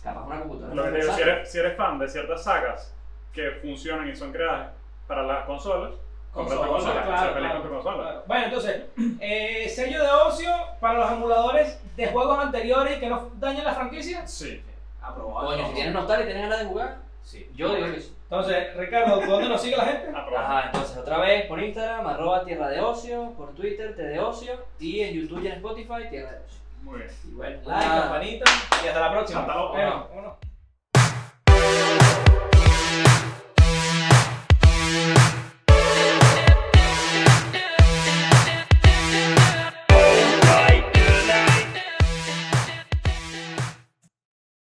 Speaker 1: capaz una computadora.
Speaker 3: lo que
Speaker 1: no
Speaker 3: te digo, si
Speaker 1: sabe.
Speaker 3: eres, si eres fan de ciertas sagas que funcionan y son creadas para las consolas, Comprate
Speaker 4: Consola,
Speaker 3: consola,
Speaker 4: claro,
Speaker 3: o sea, pelea
Speaker 4: claro,
Speaker 3: contra consola.
Speaker 4: claro. Bueno, entonces, eh, sello de ocio para los emuladores de juegos anteriores y que no dañen la franquicia.
Speaker 3: Sí.
Speaker 4: Aprobado.
Speaker 1: Coño, si tienes nostalgia y tienes ganas de jugar,
Speaker 4: Sí.
Speaker 1: yo digo que sí.
Speaker 4: Entonces, Ricardo, ¿dónde nos sigue la gente?
Speaker 3: Aprobado.
Speaker 1: Ajá, entonces otra vez por Instagram, arroba Tierra de Ocio, por Twitter, T de Ocio, y en YouTube y en Spotify, Tierra de Ocio.
Speaker 3: Muy bien.
Speaker 1: Y bueno,
Speaker 4: Like,
Speaker 1: nada.
Speaker 3: Ah,
Speaker 4: campanita y hasta la próxima.
Speaker 3: Hasta luego.
Speaker 4: Bueno, vámonos.